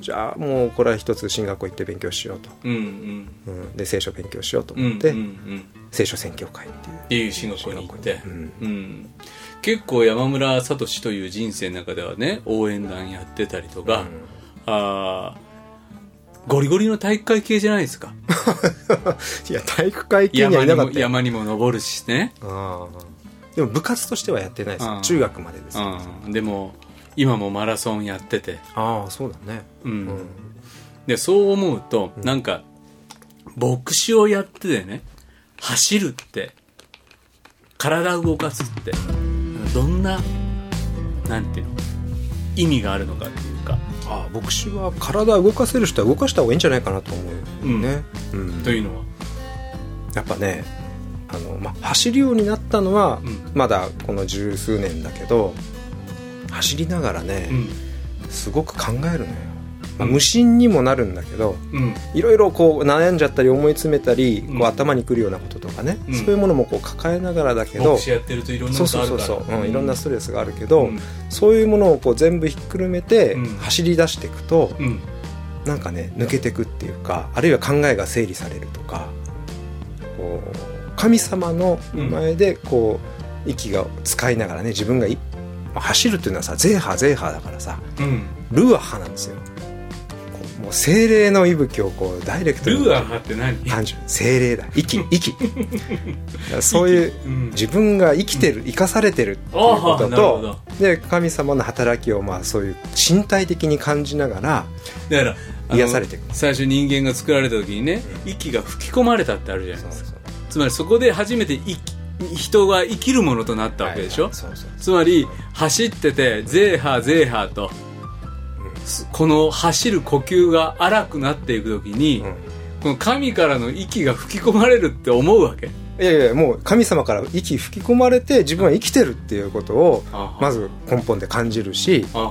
Speaker 6: じゃあもうこれは一つ進学校行って勉強しようと、
Speaker 5: うんうん
Speaker 6: うん、で聖書勉強しようと
Speaker 5: うんうん
Speaker 6: 思っ
Speaker 5: う
Speaker 6: て
Speaker 5: ん
Speaker 6: 聖書宣教会っていう
Speaker 5: っていう進学校に行って、
Speaker 6: うん
Speaker 5: うん結構山村聡という人生の中ではね応援団やってたりとか、あーゴリゴリの体育会系じゃないですか
Speaker 6: いや体育会系にはい
Speaker 5: 山に
Speaker 6: なか
Speaker 5: も
Speaker 6: ったよ
Speaker 5: 山にも登るしね
Speaker 6: あーでも部活としてはやってないです
Speaker 5: あー
Speaker 6: よ中学までですよ
Speaker 5: うん、でも今もマラソンやってて、
Speaker 6: ああそうだね
Speaker 5: うん
Speaker 6: うん
Speaker 5: でそう思うと、なんか牧師をやってでね走るって体を動かすってどんななんていうの意味があるのかっていうか
Speaker 6: ああ牧師は体動かせる人は動かした方がいいんじゃないかなと思うよね、うん
Speaker 5: というのは
Speaker 6: やっぱねあの、まあ、走るようになったのは
Speaker 5: うん
Speaker 6: まだこの十数年だけど走りながらね、
Speaker 5: うん
Speaker 6: すごく考えるのよ、まあ、
Speaker 5: うん
Speaker 6: 無心にもなるんだけど
Speaker 5: うん
Speaker 6: いろいろこう悩んじゃったり思い詰めたり
Speaker 5: うん
Speaker 6: こう頭にくるようなこととかね、
Speaker 5: うん
Speaker 6: そういうものもこう抱えながらだけど、
Speaker 5: 牧師やってるといろんな
Speaker 6: そ
Speaker 5: こ
Speaker 6: うそう
Speaker 5: とある
Speaker 6: そう
Speaker 5: から
Speaker 6: そう、うん
Speaker 5: うん
Speaker 6: いろんなストレスがあるけど、
Speaker 5: うん
Speaker 6: そういうものをこう全部ひっくるめて
Speaker 5: うん
Speaker 6: 走り出していくと、
Speaker 5: うん
Speaker 6: なんかね抜けてくっていうかあるいは考えが整理されるとかこう神様の前でこう、息が使いながらね自分がい走るっていうのはさゼーハーゼーハーだからさ
Speaker 5: うん
Speaker 6: ルアハなんですよこうもう精霊の息吹をこうダイレクト
Speaker 5: ル
Speaker 6: に
Speaker 5: ーアーって何
Speaker 6: 感じる精霊だ息息そういう
Speaker 5: 息うん
Speaker 6: 自分が生きてる生かされてるっていうこ
Speaker 5: あー
Speaker 6: と
Speaker 5: なるほ
Speaker 6: と
Speaker 5: ど
Speaker 6: で神様の働きをまあそういう身体的に感じながら
Speaker 5: だからあの
Speaker 6: 癒されていく
Speaker 5: 最初人間が作られた時にね息が吹き込まれたってあるじゃないですかつまりそこで初めて生き人が生きるものとなったわけでしょ、
Speaker 6: そうそう
Speaker 5: つまり走っててゼーハーゼーハーと、すこの走る呼吸が荒くなっていく時に、
Speaker 6: ん
Speaker 5: この神からの息が吹き込まれるって思うわけ
Speaker 6: いやいやもう神様から息吹き込まれて自分は生きてるっていうことを
Speaker 5: あは
Speaker 6: まず根本で感じるし
Speaker 5: あはは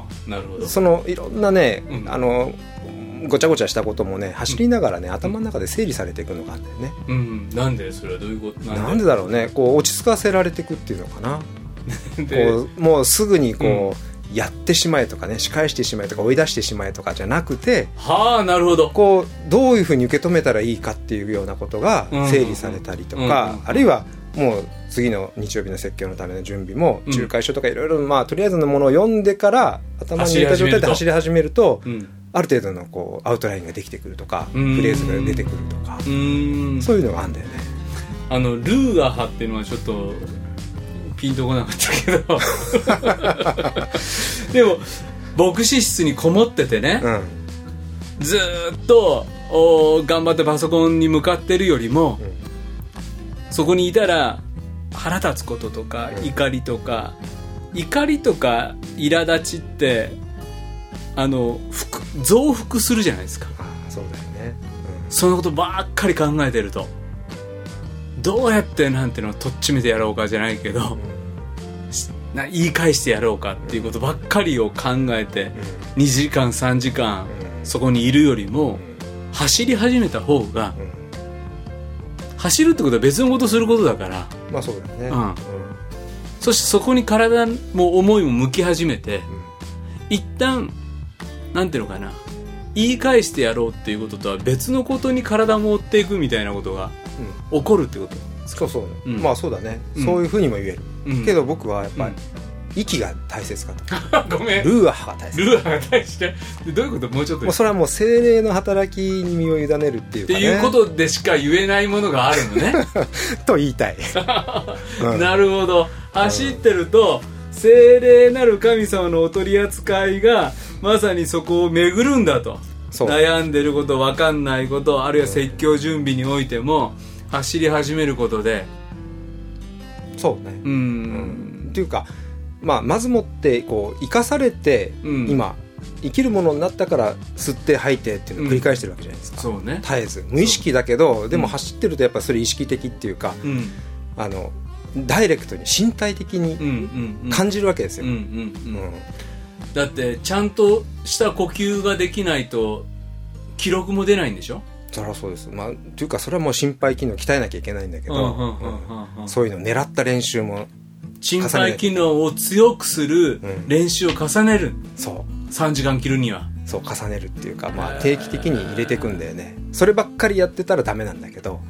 Speaker 5: はなるほど
Speaker 6: そのいろんなね、
Speaker 5: うん
Speaker 6: あのごちゃごちゃしたこともね走りながらね、頭の中で整理されていくのがあるんだよね、
Speaker 5: うんなんでそれはどういうこと
Speaker 6: なんでだろうねこう落ち着かせられていくっていうのかな
Speaker 5: なんで
Speaker 6: こうもうすぐにこう、やってしまえとかね仕返してしまえとか追い出してしまえとかじゃなくて
Speaker 5: はあなるほど
Speaker 6: こうどういうふうに受け止めたらいいかっていうようなことが
Speaker 5: うん
Speaker 6: 整理されたりと
Speaker 5: う
Speaker 6: か、
Speaker 5: んうん
Speaker 6: あるいはもう次の日曜日の説教のための準備も
Speaker 5: うん
Speaker 6: 仲介書とかいろいろまあとりあえずのものを読んでから頭に入れた状態で
Speaker 5: 走
Speaker 6: 走り始めると
Speaker 5: うんう
Speaker 6: ある程度のこうアウトラインができてくるとか
Speaker 5: うん
Speaker 6: フレーズが出てくるとか
Speaker 5: ーん
Speaker 6: そういうのがあるんだよね。
Speaker 5: あのルーアハっていうのはちょっとピンとこな かったけどでも牧師室にこもっててね、
Speaker 6: うん
Speaker 5: ずーっとおー頑張ってパソコンに向かってるよりも、そこにいたら腹立つこととか
Speaker 6: うん
Speaker 5: 怒りとか、怒りとか苛立ちってあの複増幅するじゃないですか
Speaker 6: ああそうだよね、
Speaker 5: そのことばっかり考えてるとどうやってなんていうのをとっちめてやろうかじゃないけど
Speaker 6: うん、
Speaker 5: しな言い返してやろうかっていうことばっかりを考えて
Speaker 6: う
Speaker 5: 2時間3時
Speaker 6: う
Speaker 5: 間
Speaker 6: ん
Speaker 5: そこにいるよりも走り始めた方が
Speaker 6: うん
Speaker 5: 走るってことは別のことすることだから
Speaker 6: まあそうだよね、
Speaker 5: うん
Speaker 6: うん
Speaker 5: そしてそこに体も思いも向き始めて一旦なんていうのかな言い返してやろうっていうこととは別のことに体も追っていくみたいなことが
Speaker 6: うん
Speaker 5: 起こるってこと、
Speaker 6: そうそう、
Speaker 5: うん
Speaker 6: まあそうだね、
Speaker 5: うん
Speaker 6: そういうふうにも言える、
Speaker 5: うん
Speaker 6: けど僕はやっぱり
Speaker 5: うん
Speaker 6: 息が大切かと、
Speaker 5: ごめん
Speaker 6: ルーアハが大切
Speaker 5: ルアーに対してどういうこともうちょっと
Speaker 6: もうそれはもう精霊の働きに身を委ねるっていう
Speaker 5: って
Speaker 6: か、ね、
Speaker 5: いうことでしか言えないものがあるのね、
Speaker 6: と言い たい、 うん
Speaker 5: なるほど走ってると精霊なる神様のお取り扱いがまさにそこを巡るんだと
Speaker 6: そう
Speaker 5: 悩んでること分かんないことあるいは説教準備においても走り始めることで
Speaker 6: そうね、
Speaker 5: うーん
Speaker 6: っていうか、まあ、まずもってこう生かされて、
Speaker 5: うん
Speaker 6: 今生きるものになったから吸って吐いてっていうのを繰り返してるわけじゃないですか、
Speaker 5: そうね
Speaker 6: 絶えず無意識だけどでも走ってるとやっぱそれ意識的っていうか、
Speaker 5: うん
Speaker 6: あのダイレクトに身体的
Speaker 5: うんう
Speaker 6: に
Speaker 5: んうん
Speaker 6: 感じるわけです
Speaker 5: う
Speaker 6: よ、
Speaker 5: んうんうん
Speaker 6: うん
Speaker 5: だってちゃんとした呼吸ができないと記録も出ないんでしょ
Speaker 6: そりゃそうです、まあ、というかそれはもう心肺機能鍛えなきゃいけないんだけど、
Speaker 5: うんうんうんうんうん
Speaker 6: うんそういうの狙った練習も
Speaker 5: 心肺機能を強くする
Speaker 6: うん
Speaker 5: 練習を重ねる、
Speaker 6: そ
Speaker 5: 3時間切るには
Speaker 6: うそう重ねるっていうか、
Speaker 5: へ
Speaker 6: ま
Speaker 5: ー
Speaker 6: あ、定期的に入れていくんだよねそればっかりやってたらダメなんだけど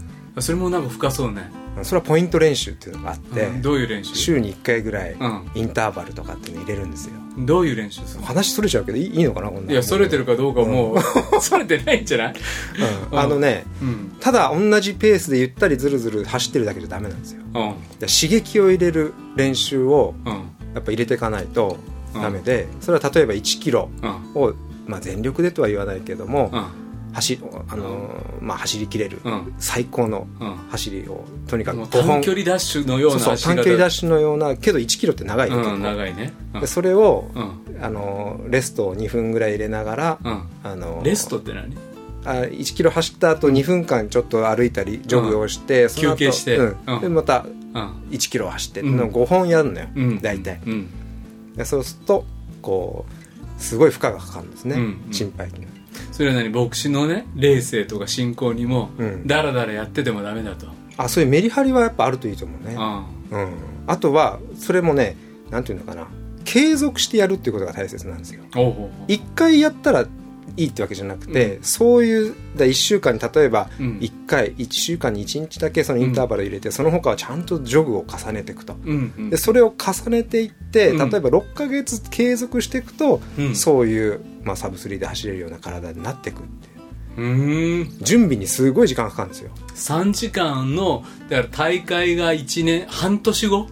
Speaker 5: それもなんか深そうね、
Speaker 6: それはポイント練習っていうのがあって、
Speaker 5: うんどういう練習
Speaker 6: 週に1回ぐらい
Speaker 5: うん
Speaker 6: インターバルとかっていうの入れるんですよ
Speaker 5: どういう練習するの
Speaker 6: 話それちゃうけどいいいいのかなこんない
Speaker 5: いやそれてるかどうかはもう、 それてないんじゃない、うん
Speaker 6: あのね
Speaker 5: うん
Speaker 6: ただ同じペースでゆったりずるずる走ってるだけじゃダメなんですよ
Speaker 5: うん
Speaker 6: で刺激を入れる練習を
Speaker 5: うん
Speaker 6: やっぱ入れていかないとダメで、それは例えば1キロ
Speaker 5: うん
Speaker 6: を、まあ、全力でとは言わないけども、
Speaker 5: うん
Speaker 6: 走あのーまあ、走り切れる、
Speaker 5: うん
Speaker 6: 最高の
Speaker 5: うん
Speaker 6: 走りをとにかく
Speaker 5: もう
Speaker 6: 5本
Speaker 5: 短距離ダッシュのよう
Speaker 6: そ
Speaker 5: な
Speaker 6: うそう短距離ダッシュのようなけど1キロって長いよ、結
Speaker 5: う
Speaker 6: 構
Speaker 5: ん長いねうん
Speaker 6: でそれを、
Speaker 5: うん
Speaker 6: あのーレストを2分ぐらい入れながら、
Speaker 5: うん
Speaker 6: あのー
Speaker 5: レストって何
Speaker 6: あ1キロ走った後2分間ちょっと歩いたりジョグをして、その後
Speaker 5: 休憩して
Speaker 6: うん
Speaker 5: うん
Speaker 6: でまた
Speaker 5: うん
Speaker 6: 1キロ走って、
Speaker 5: うん
Speaker 6: の5本やるのよ、
Speaker 5: うん
Speaker 6: 大体
Speaker 5: うん
Speaker 6: でそうするとこうすごい負荷がかかるんですね、
Speaker 5: うんうん
Speaker 6: 心肺機能
Speaker 5: それは何牧師のね霊性とか信仰にも
Speaker 6: うん
Speaker 5: ダラダラやっててもダメだと、
Speaker 6: あそういうメリハリはやっぱあるといいと思うね、
Speaker 5: うん
Speaker 6: うん、あとはそれもねなんていうのかな継続してやるっていうことが大切なんですよ
Speaker 5: おうおうおう
Speaker 6: 一回やったらいいってわけじゃなくて、そういうだ1週間に例えば
Speaker 5: うん
Speaker 6: 1回、一週間に1日だけそのインターバルを入れて、その他はちゃんとジョグを重ねていくと
Speaker 5: うんうん
Speaker 6: でそれを重ねていって
Speaker 5: う
Speaker 6: 例え
Speaker 5: ん
Speaker 6: ば6ヶ月継続していくと、
Speaker 5: うん
Speaker 6: そういうまあ、サブ3で走れるような体になってくっていう
Speaker 5: うん
Speaker 6: 準備にすごい時間かかるんですよ
Speaker 5: 3時間のだから大会が1年半年後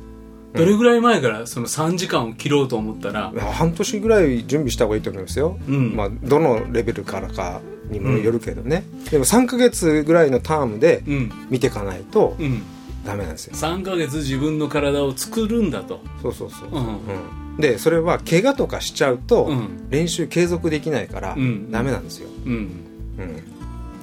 Speaker 5: どれぐらい前からその3時間を切ろうと思ったら、
Speaker 6: 半年ぐらい準備した方がいいと思いますよ、
Speaker 5: うん
Speaker 6: まあ、どのレベルからかにもよるけどね、でも3ヶ月ぐらいのタームで
Speaker 5: うん
Speaker 6: 見ていかないと
Speaker 5: うん、
Speaker 6: ダメなんですよ、
Speaker 5: 3ヶ月自分の体を作るんだと
Speaker 6: そうそうそう、
Speaker 5: うん
Speaker 6: うんでそれは怪我とかしちゃうと、
Speaker 5: うん
Speaker 6: 練習継続できないから
Speaker 5: うん
Speaker 6: ダメなんですよ、
Speaker 5: うん
Speaker 6: うん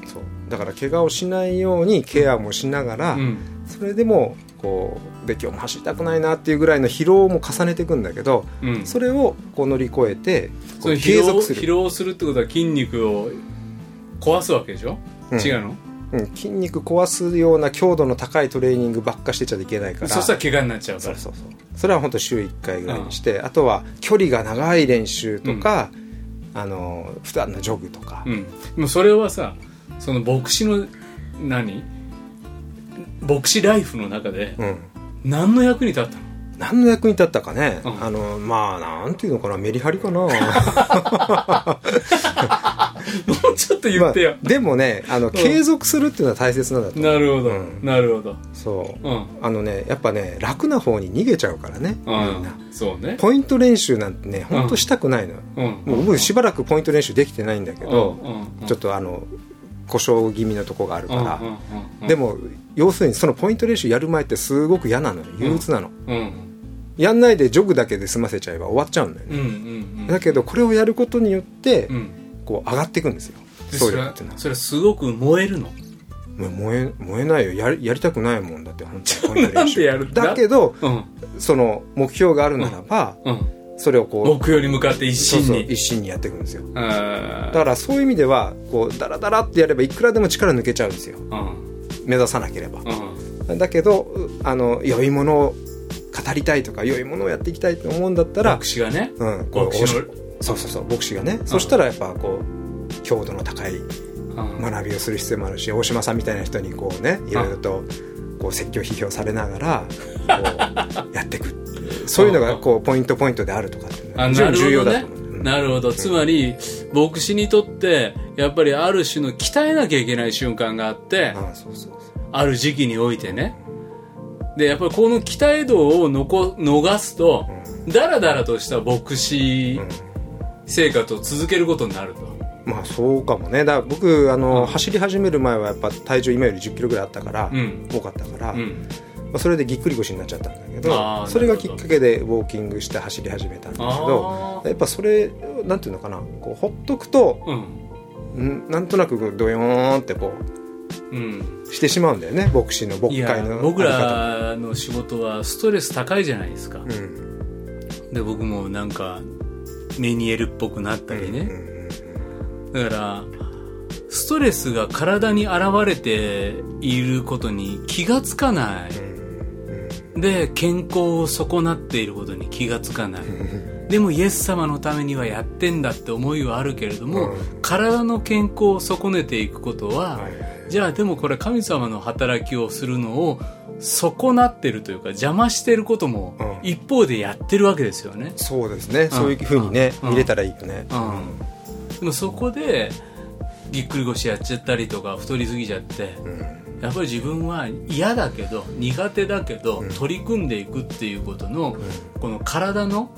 Speaker 6: そうだから怪我をしないようにケアもしながら、
Speaker 5: うん
Speaker 6: それでもこうで今日も走りたくないなっていうぐらいの疲労も重ねていくんだけど、
Speaker 5: うん
Speaker 6: それをこう乗り越えて
Speaker 5: そ
Speaker 6: こう
Speaker 5: の
Speaker 6: 継
Speaker 5: 疲労
Speaker 6: 続す
Speaker 5: 疲
Speaker 6: る、
Speaker 5: 労するってことは筋肉を壊すわけでしょ、
Speaker 6: うん
Speaker 5: 違うの
Speaker 6: うん、筋肉壊すような強度の高いトレーニングばっかしてちゃいけないから
Speaker 5: そしたら怪我になっちゃうか
Speaker 6: そう
Speaker 5: ら
Speaker 6: そうそうそれは本当週1回ぐらいにして、あとは距離が長い練習とか、あの普段のジョグとか、
Speaker 5: うん、でもそれはさその牧師の何牧師ライフの中で
Speaker 6: うん
Speaker 5: 何の役に立ったの
Speaker 6: 何の役に立ったかね、
Speaker 5: うん
Speaker 6: あのまあなんていうのかなメリハリかな
Speaker 5: もう ちょっと 言ってよ、
Speaker 6: まあでもねあの継続するっていうのは大切なんだと思う
Speaker 5: なるほど、
Speaker 6: うん
Speaker 5: なるほど
Speaker 6: そう
Speaker 5: うん
Speaker 6: あのねやっぱね楽な方に逃げちゃうからねみん
Speaker 5: うん
Speaker 6: な
Speaker 5: そうね
Speaker 6: ポイント練習なんてねほんとしたくないの、
Speaker 5: うん
Speaker 6: もう僕しばらくポイント練習できてないんだけど、ちょっとあの故障気味なとこがあるから、で
Speaker 5: も、
Speaker 6: も要するにそのポイント練習やる前ってすごく嫌なのよ憂鬱なの、
Speaker 5: うん、
Speaker 6: やんないでジョグだけで済ませちゃえば終わっちゃうんだよ
Speaker 5: うんう
Speaker 6: ね、
Speaker 5: んうん
Speaker 6: だけどこれをやることによって、
Speaker 5: うん
Speaker 6: こう上がっていくんですよ
Speaker 5: で
Speaker 6: そう
Speaker 5: そ
Speaker 6: い
Speaker 5: れ
Speaker 6: うのっての
Speaker 5: は
Speaker 6: は
Speaker 5: それはすごく燃えるの
Speaker 6: もう燃え燃えないよやりやりたくないもんだって本当にポイント練習
Speaker 5: なんでやるんだ
Speaker 6: だけど
Speaker 5: うん
Speaker 6: その目標があるならば、
Speaker 5: うん
Speaker 6: それをこう
Speaker 5: 目標に向かって一
Speaker 6: そう
Speaker 5: 心
Speaker 6: そう
Speaker 5: に
Speaker 6: 一心にやっていくんですよ
Speaker 5: あ
Speaker 6: だ
Speaker 5: ー
Speaker 6: からそういう意味ではこうダラダラってやればいくらでも力抜けちゃうんですよ
Speaker 5: うん
Speaker 6: 目指さなければ
Speaker 5: うん
Speaker 6: だけどうあの良いものを語りたいとか良いものをやっていきたいと思うんだったら
Speaker 5: 牧、師がね
Speaker 6: うん、こう
Speaker 5: 牧師の
Speaker 6: そうそうそう牧師がね、そしたらやっぱこう強度の高い
Speaker 5: うん
Speaker 6: 学びをする必要もあるし大島さんみたいな人にこうねいろいろとこう説教批評されながらこ うやっていくっていうそういうのがこうポイントポイントであるとかっていうの
Speaker 5: あ
Speaker 6: は
Speaker 5: なる
Speaker 6: 重
Speaker 5: ほ
Speaker 6: 要
Speaker 5: ど
Speaker 6: だ
Speaker 5: ね
Speaker 6: と思う、うん
Speaker 5: なるほどつまり牧師にとってやっぱりある種の鍛えなきゃいけない瞬間があって
Speaker 6: あそうそうそう
Speaker 5: ある時期においてねでやっぱりこの鍛え度をのこ逃すとだらだらとした牧師生活を続けることになると、
Speaker 6: まあそうかもねだから僕あの、走り始める前はやっぱ体重今より1 0キロぐらいあったから、
Speaker 5: うん
Speaker 6: 多かったから、
Speaker 5: うん、
Speaker 6: まあ、それでぎっくり腰になっちゃったんだけ
Speaker 5: あ
Speaker 6: ど
Speaker 5: ー
Speaker 6: それがきっかけでウォーキングして走り始めたんだけ
Speaker 5: あ
Speaker 6: ど
Speaker 5: ー
Speaker 6: やっぱそれなんていうのかなこうほっとくと
Speaker 5: うん
Speaker 6: んなんとなくこうドヨーンってこ
Speaker 5: うん、
Speaker 6: うしてしまうんだよね牧師の牧
Speaker 5: い
Speaker 6: 会
Speaker 5: や
Speaker 6: の
Speaker 5: 僕
Speaker 6: あ
Speaker 5: らの仕事はストレス高いじゃないですか、
Speaker 6: り方うん
Speaker 5: で僕もなんかメニエルっぽくなったりね、
Speaker 6: うん
Speaker 5: だから、ストレスが体に現れていることに気がつかない。で、健康を損なっていることに気がつかない。でも、イエス様のためにはやってんだって思いはあるけれども、
Speaker 6: うん
Speaker 5: 体の健康を損ねていくことは、
Speaker 6: はいはい
Speaker 5: じゃあでもこれ神様の働きをするのを損なってるというか邪魔してることも
Speaker 6: うん
Speaker 5: 一方でやってるわけですよね。
Speaker 6: そうですねそういうふうにね
Speaker 5: うん
Speaker 6: 見れたらいいよね
Speaker 5: うん、でもそこでぎっくり腰やっちゃったりとか太りすぎちゃって、やっぱり自分は嫌だけど苦手だけど、取り組んでいくっていうことの、この体の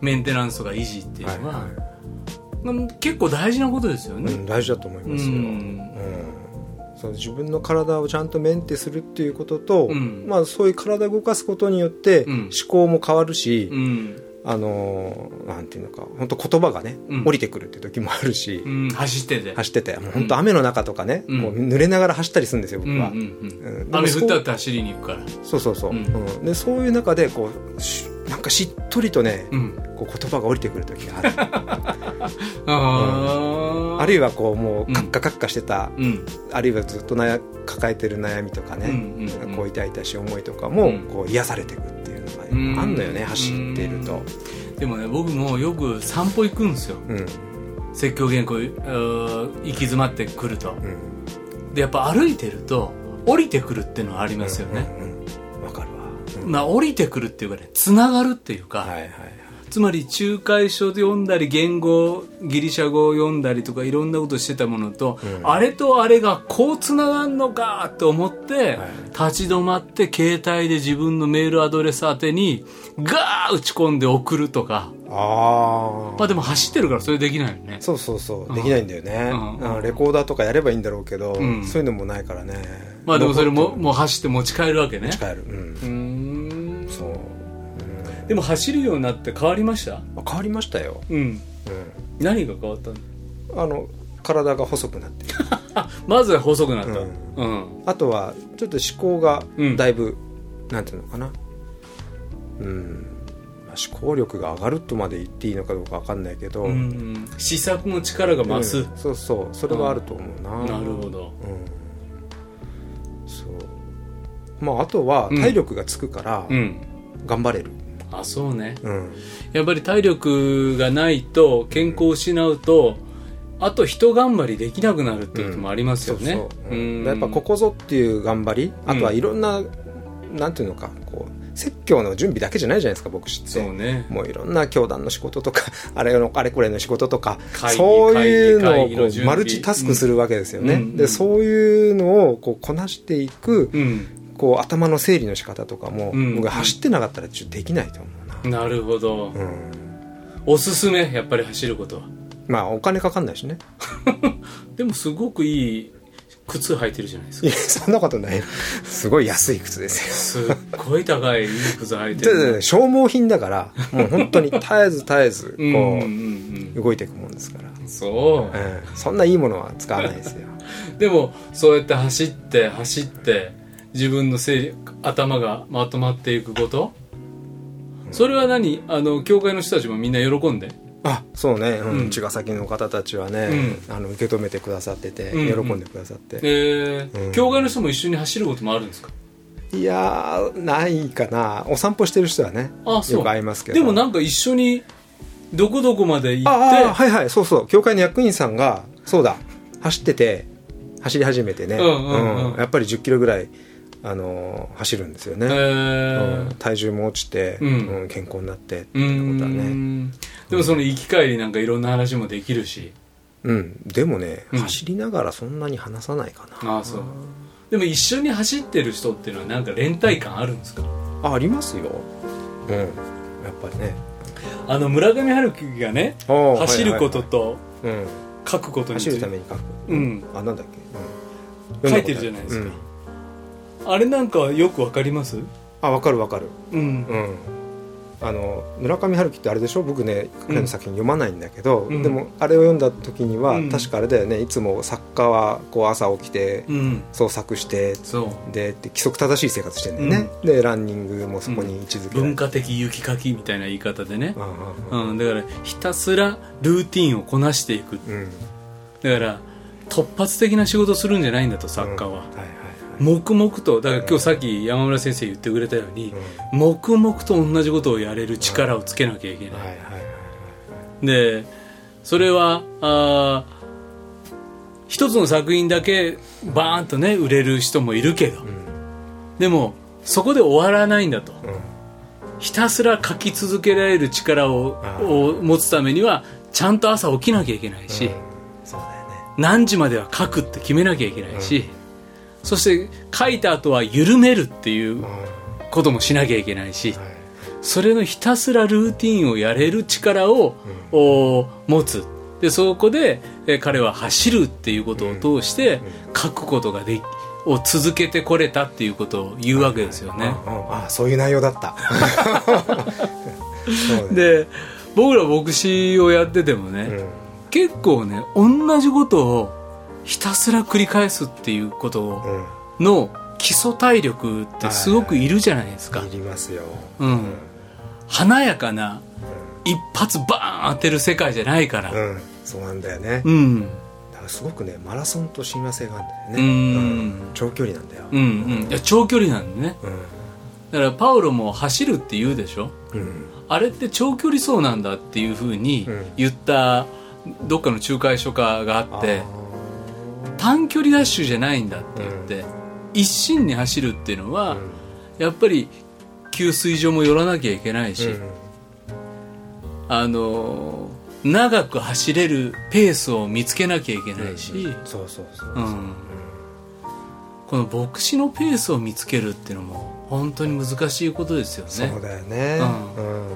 Speaker 5: メンテナンスとか維持っていうのは、
Speaker 6: はい
Speaker 5: うん結構大事なことですよ
Speaker 6: う
Speaker 5: ね
Speaker 6: ん。大事だと思い
Speaker 5: うん
Speaker 6: ますようんその自分の体をちゃんとメンテするっていうことと、
Speaker 5: うん
Speaker 6: まあ、そういう体を動かすことによって
Speaker 5: うん
Speaker 6: 思考も変わるし、
Speaker 5: うん
Speaker 6: あのーなんていうのか本当言葉がね、
Speaker 5: うん
Speaker 6: 降りてくるって時もあるし、
Speaker 5: うん、走ってて
Speaker 6: 走っててもう本当雨の中とかね、
Speaker 5: うん
Speaker 6: もう濡れながら走ったりするんですよ僕
Speaker 5: うん
Speaker 6: は、
Speaker 5: うんうん
Speaker 6: うんでも
Speaker 5: 雨
Speaker 6: そ
Speaker 5: 降
Speaker 6: う
Speaker 5: ったって走りに行くから、
Speaker 6: そうそうそう、
Speaker 5: う
Speaker 6: うんんでそういう中でこうしなんかしっとりとね、
Speaker 5: うん、
Speaker 6: こう言葉が降りてくる時がある
Speaker 5: あ
Speaker 6: あるいはこうも
Speaker 5: う
Speaker 6: うんカッカカッカしてた、
Speaker 5: うん
Speaker 6: あるいはずっと悩抱えてる悩みとかね、
Speaker 5: うんうんうん
Speaker 6: こう痛々しい思いとか
Speaker 5: う
Speaker 6: も
Speaker 5: ん
Speaker 6: こう癒されていくっていうのが、
Speaker 5: うん
Speaker 6: あんのよね走っていると、
Speaker 5: でもね僕もよく散歩行くんですよ
Speaker 6: うん
Speaker 5: 説教原稿うー行き詰まってくると
Speaker 6: うん
Speaker 5: でやっぱ歩いてると降りてくるっていうのはありますよね、
Speaker 6: うんわかるわ、うん
Speaker 5: まあ降りてくるっていうかねつながるっていうか、
Speaker 6: はいはいはい、
Speaker 5: つまり仲介書で読んだり言語ギリシャ語を読んだりとかいろんなことしてたものと、あれとあれがこうつながんのかと思って、立ち止まって携帯で自分のメールアドレス宛てにガー打ち込んで送るとか、
Speaker 6: あ
Speaker 5: まあ、でも走ってるからそれできないよね
Speaker 6: そうそうそうできないんだよね、
Speaker 5: うん
Speaker 6: あのレコーダーとかやればいいんだろうけど、
Speaker 5: ん
Speaker 6: そういうのもないからね
Speaker 5: まあでもそれ
Speaker 6: ロボ
Speaker 5: も
Speaker 6: ット
Speaker 5: もう走って持ち帰るわけね
Speaker 6: 持ち帰るうん
Speaker 5: うーん
Speaker 6: そう
Speaker 5: でも走るようになって変わりました
Speaker 6: あ変わりましたよ、
Speaker 5: うん
Speaker 6: う
Speaker 5: 何が変わったの
Speaker 6: ん、あの体が細くなって
Speaker 5: あまずは細くなったう、
Speaker 6: うんんあとはちょっと思考が
Speaker 5: うん
Speaker 6: だいぶ、なんていうのかなうん、まあ思考力が上がるとまで言っていいのかどうかわかんないけど、
Speaker 5: うん試作の力が増す、
Speaker 6: うんそうそうそれはあると思うな、
Speaker 5: なるほど
Speaker 6: うんそうまああとは
Speaker 5: うん
Speaker 6: 体力がつくから
Speaker 5: うん
Speaker 6: 頑張れる、
Speaker 5: あそうね
Speaker 6: うん
Speaker 5: やっぱり体力がないと健康を失うと、あと一頑張りできなくなるっていうこともあります
Speaker 6: そ
Speaker 5: よ
Speaker 6: う
Speaker 5: ね、
Speaker 6: そう、う
Speaker 5: うん
Speaker 6: ん、やっぱここぞっていう頑張りあとはいろんな、なんていうのかこう説教の準備だけじゃないじゃないですか牧師って
Speaker 5: そうね
Speaker 6: もういろんな教団の仕事とか あれのあれこれの仕事とか
Speaker 5: 会議
Speaker 6: そういうの
Speaker 5: 会
Speaker 6: を
Speaker 5: 議
Speaker 6: こ
Speaker 5: の準
Speaker 6: う
Speaker 5: 備
Speaker 6: マルチタスクするわけですよね、
Speaker 5: うんうん
Speaker 6: でそういうのをこうこなしていく、
Speaker 5: うん
Speaker 6: こう頭の整理の仕方とかも、
Speaker 5: うん
Speaker 6: 僕走ってなかったらちょっとできないと思うな、
Speaker 5: なるほど、
Speaker 6: うん、
Speaker 5: おすすめやっぱり走ることは
Speaker 6: まあお金かかんないしね
Speaker 5: でもすごくいい靴履いてるじゃないです
Speaker 6: い
Speaker 5: か
Speaker 6: やそんなことないよすごい安い靴 ですよ
Speaker 5: すっごい高いいい靴履いて
Speaker 6: でで
Speaker 5: る
Speaker 6: で消耗品だからもう本当に絶えず絶えず
Speaker 5: うんうんう
Speaker 6: こう
Speaker 5: ん
Speaker 6: 動いていくもんですから、
Speaker 5: うんそう、
Speaker 6: ええそんないいものは使わないです よ
Speaker 5: でもそうやって走って走って自分の整理頭がまとまっていくことそれは何あの教会の人たちもみんな喜んで
Speaker 6: あそうね、うん
Speaker 5: うん
Speaker 6: 茅ヶ崎の方たちはね、あの受け止めてくださってて、
Speaker 5: うんうん
Speaker 6: 喜んでくださって、
Speaker 5: えー
Speaker 6: うん
Speaker 5: 教会の人も一緒に走ることもあるんですか
Speaker 6: いやーないかなお散歩してる人はね
Speaker 5: あそう
Speaker 6: よく会いますけど
Speaker 5: でもなんか一緒にどこどこまで行
Speaker 6: ああ
Speaker 5: っ
Speaker 6: はいはいそうそう教会の役員さんがそうだ走ってて走り始めてね、
Speaker 5: うんうんうん
Speaker 6: やっぱり1 0キロぐらい、あのー走るんですよね、
Speaker 5: てえ
Speaker 6: う
Speaker 5: ー
Speaker 6: ん体重も落ちて、
Speaker 5: うん
Speaker 6: うん健康になってって
Speaker 5: う
Speaker 6: いうことは
Speaker 5: ー
Speaker 6: ね、
Speaker 5: んでもその行き帰りなんかいろんな話もできるし
Speaker 6: うん、でもね、
Speaker 5: うん
Speaker 6: 走りながらそんなに話さないかな
Speaker 5: ああそうでも一緒に走ってる人っていうのはなんか連帯感あるんですか
Speaker 6: あありますよ、うん、やっぱりね
Speaker 5: あの村上春樹がね
Speaker 6: おー
Speaker 5: 走るこ
Speaker 6: は
Speaker 5: と
Speaker 6: い
Speaker 5: と
Speaker 6: はいはいうん、
Speaker 5: 書くことにつ
Speaker 6: 走
Speaker 5: い
Speaker 6: るた
Speaker 5: て
Speaker 6: めに書く、
Speaker 5: うん
Speaker 6: あなんだっけ、うん、
Speaker 5: 書いてるじゃないですか
Speaker 6: うん
Speaker 5: あれなんかはよくわかります
Speaker 6: あわかるわかる
Speaker 5: う
Speaker 6: う
Speaker 5: ん
Speaker 6: ん、あの村上春樹ってあれでしょ僕ね彼の作品読まないんだけど、
Speaker 5: ん
Speaker 6: でもあれを読んだ時には、
Speaker 5: うん
Speaker 6: 確かあれだよねいつも作家はこう朝起きて
Speaker 5: うん
Speaker 6: 創作して、
Speaker 5: そう
Speaker 6: でって規則正しい生活してんだよね、でランニングもそこに位置づけられて、
Speaker 5: 文化的雪かきみたいな言い方でね
Speaker 6: うん、うんうん
Speaker 5: うん、だからひたすらルーティンをこなしていく
Speaker 6: うん
Speaker 5: だから突発的な仕事するんじゃないんだと作家
Speaker 6: は
Speaker 5: は
Speaker 6: い、はい
Speaker 5: 黙々とだから今日さっき山村先生言ってくれたように、黙々と同じことをやれる力をつけなきゃいけない、
Speaker 6: はいはいはいはい
Speaker 5: でそれはあー一つの作品だけバーンとね売れる人もいるけど、でもそこで終わらないんだと、ひたすら書き続けられる力を
Speaker 6: あ
Speaker 5: を持つためにはちゃんと朝起きなきゃいけないし、
Speaker 6: そうだよね
Speaker 5: 何時までは書くって決めなきゃいけないし、そして書いた後は緩めるっていうこともしなきゃいけないし、
Speaker 6: はい
Speaker 5: それのひたすらルーティンをやれる力を、お持つでそこで、えー彼は走るっていうことを通して、書くことができを続けてこれたっていうことを言うわけですよね。
Speaker 6: うんあそういう内容だった そうだよ
Speaker 5: で僕ら牧師をやっててもね、
Speaker 6: うん
Speaker 5: 結構ね同じことをひたすら繰り返すっていうことを
Speaker 6: うん
Speaker 5: の基礎体力ってすごくいるじゃないですか
Speaker 6: い。りますよ
Speaker 5: うん、華やかな一発バーン当てる世界じゃないから
Speaker 6: う。んそうなんだよね
Speaker 5: うん
Speaker 6: だからすごくねマラソンと親和性があるんだよ
Speaker 5: う
Speaker 6: ね
Speaker 5: ん
Speaker 6: 長距離なんだよ
Speaker 5: うんうんいや長距離なんでね
Speaker 6: うん
Speaker 5: だからパウロも走るって言うでしょ
Speaker 6: うん
Speaker 5: あれって長距離走なんだっていうふうに
Speaker 6: うん
Speaker 5: 言ったどっかの仲介書家があって短距離ダッシュじゃないんだって言って、一心に走るっていうのは、やっぱり給水所も寄らなきゃいけないし、
Speaker 6: うん
Speaker 5: あのー長く走れるペースを見つけなきゃいけないし、
Speaker 6: そうそうそう、
Speaker 5: うんこの牧師のペースを見つけるっていうのも本当に難しいことですよ
Speaker 6: そう
Speaker 5: ね
Speaker 6: だよね
Speaker 5: う
Speaker 6: うん、本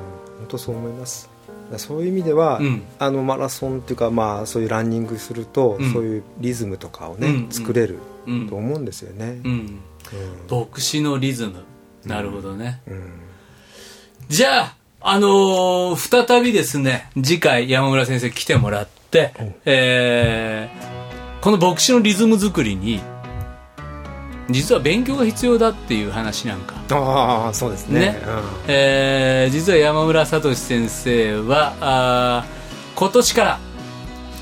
Speaker 6: 当そう思いますだからそういう意味では、
Speaker 5: うん
Speaker 6: あのマラソンっていうか、まあ、そういうランニングすると、
Speaker 5: うん
Speaker 6: そういうリズムとかをね、
Speaker 5: うん
Speaker 6: 作れる
Speaker 5: うん
Speaker 6: と思うんですよね
Speaker 5: う、ん
Speaker 6: うん
Speaker 5: 牧師のリズムなるほどね、
Speaker 6: うん
Speaker 5: じゃああのー再びですね次回山村先生来てもらって、えーこの牧師のリズム作りに実は勉強が必要だっていう話なんか
Speaker 6: ああそうですね
Speaker 5: ねえー実は山村聡先生はあー今年から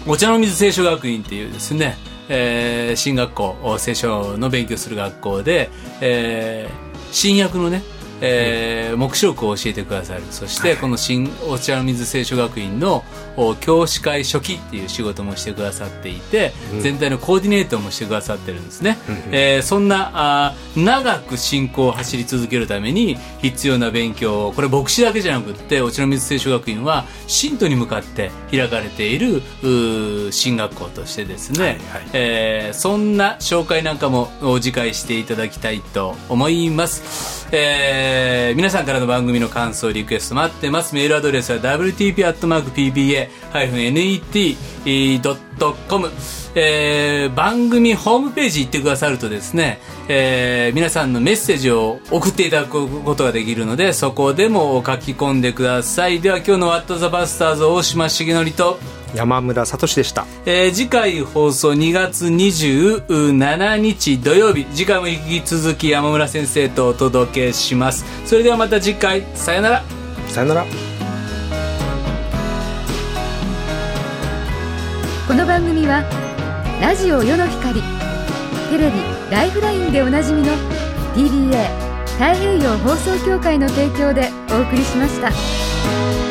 Speaker 5: お茶の水聖書学院っていうですね、えー進学校聖書の勉強する学校で、えー新約のね、えー目視録を教えてくださるそしてこの新お茶の水聖書学院のお教師会初期っていう仕事もしてくださっていて、全体のコーディネートもしてくださってるんですね、えーそんなあー長く信仰を走り続けるために必要な勉強をこれ牧師だけじゃなくってお茶の水聖書学院は信徒に向かって開かれているうー進学校としてですね、えーそんな紹介なんかもお次回していただきたいと思います、えー皆さんからの番組の感想リクエスト待ってますメールアドレスは wtp.pba-net.com えー番組ホームページ行ってくださるとですね、えー皆さんのメッセージを送っていただくことができるのでそこでも書き込んでくださいでは今日の「ワット・ザ・バスターズ」大島重則と
Speaker 6: 山村聡でした
Speaker 5: えー次回放送2月27日土曜日次回も引き続き山村先生とお届けしますそれではまた次回さよなら
Speaker 6: さよなら
Speaker 7: この番組はラジオ世の光テレビ「ライフライン」でおなじみの TBA 太平洋放送協会の提供でお送りしました。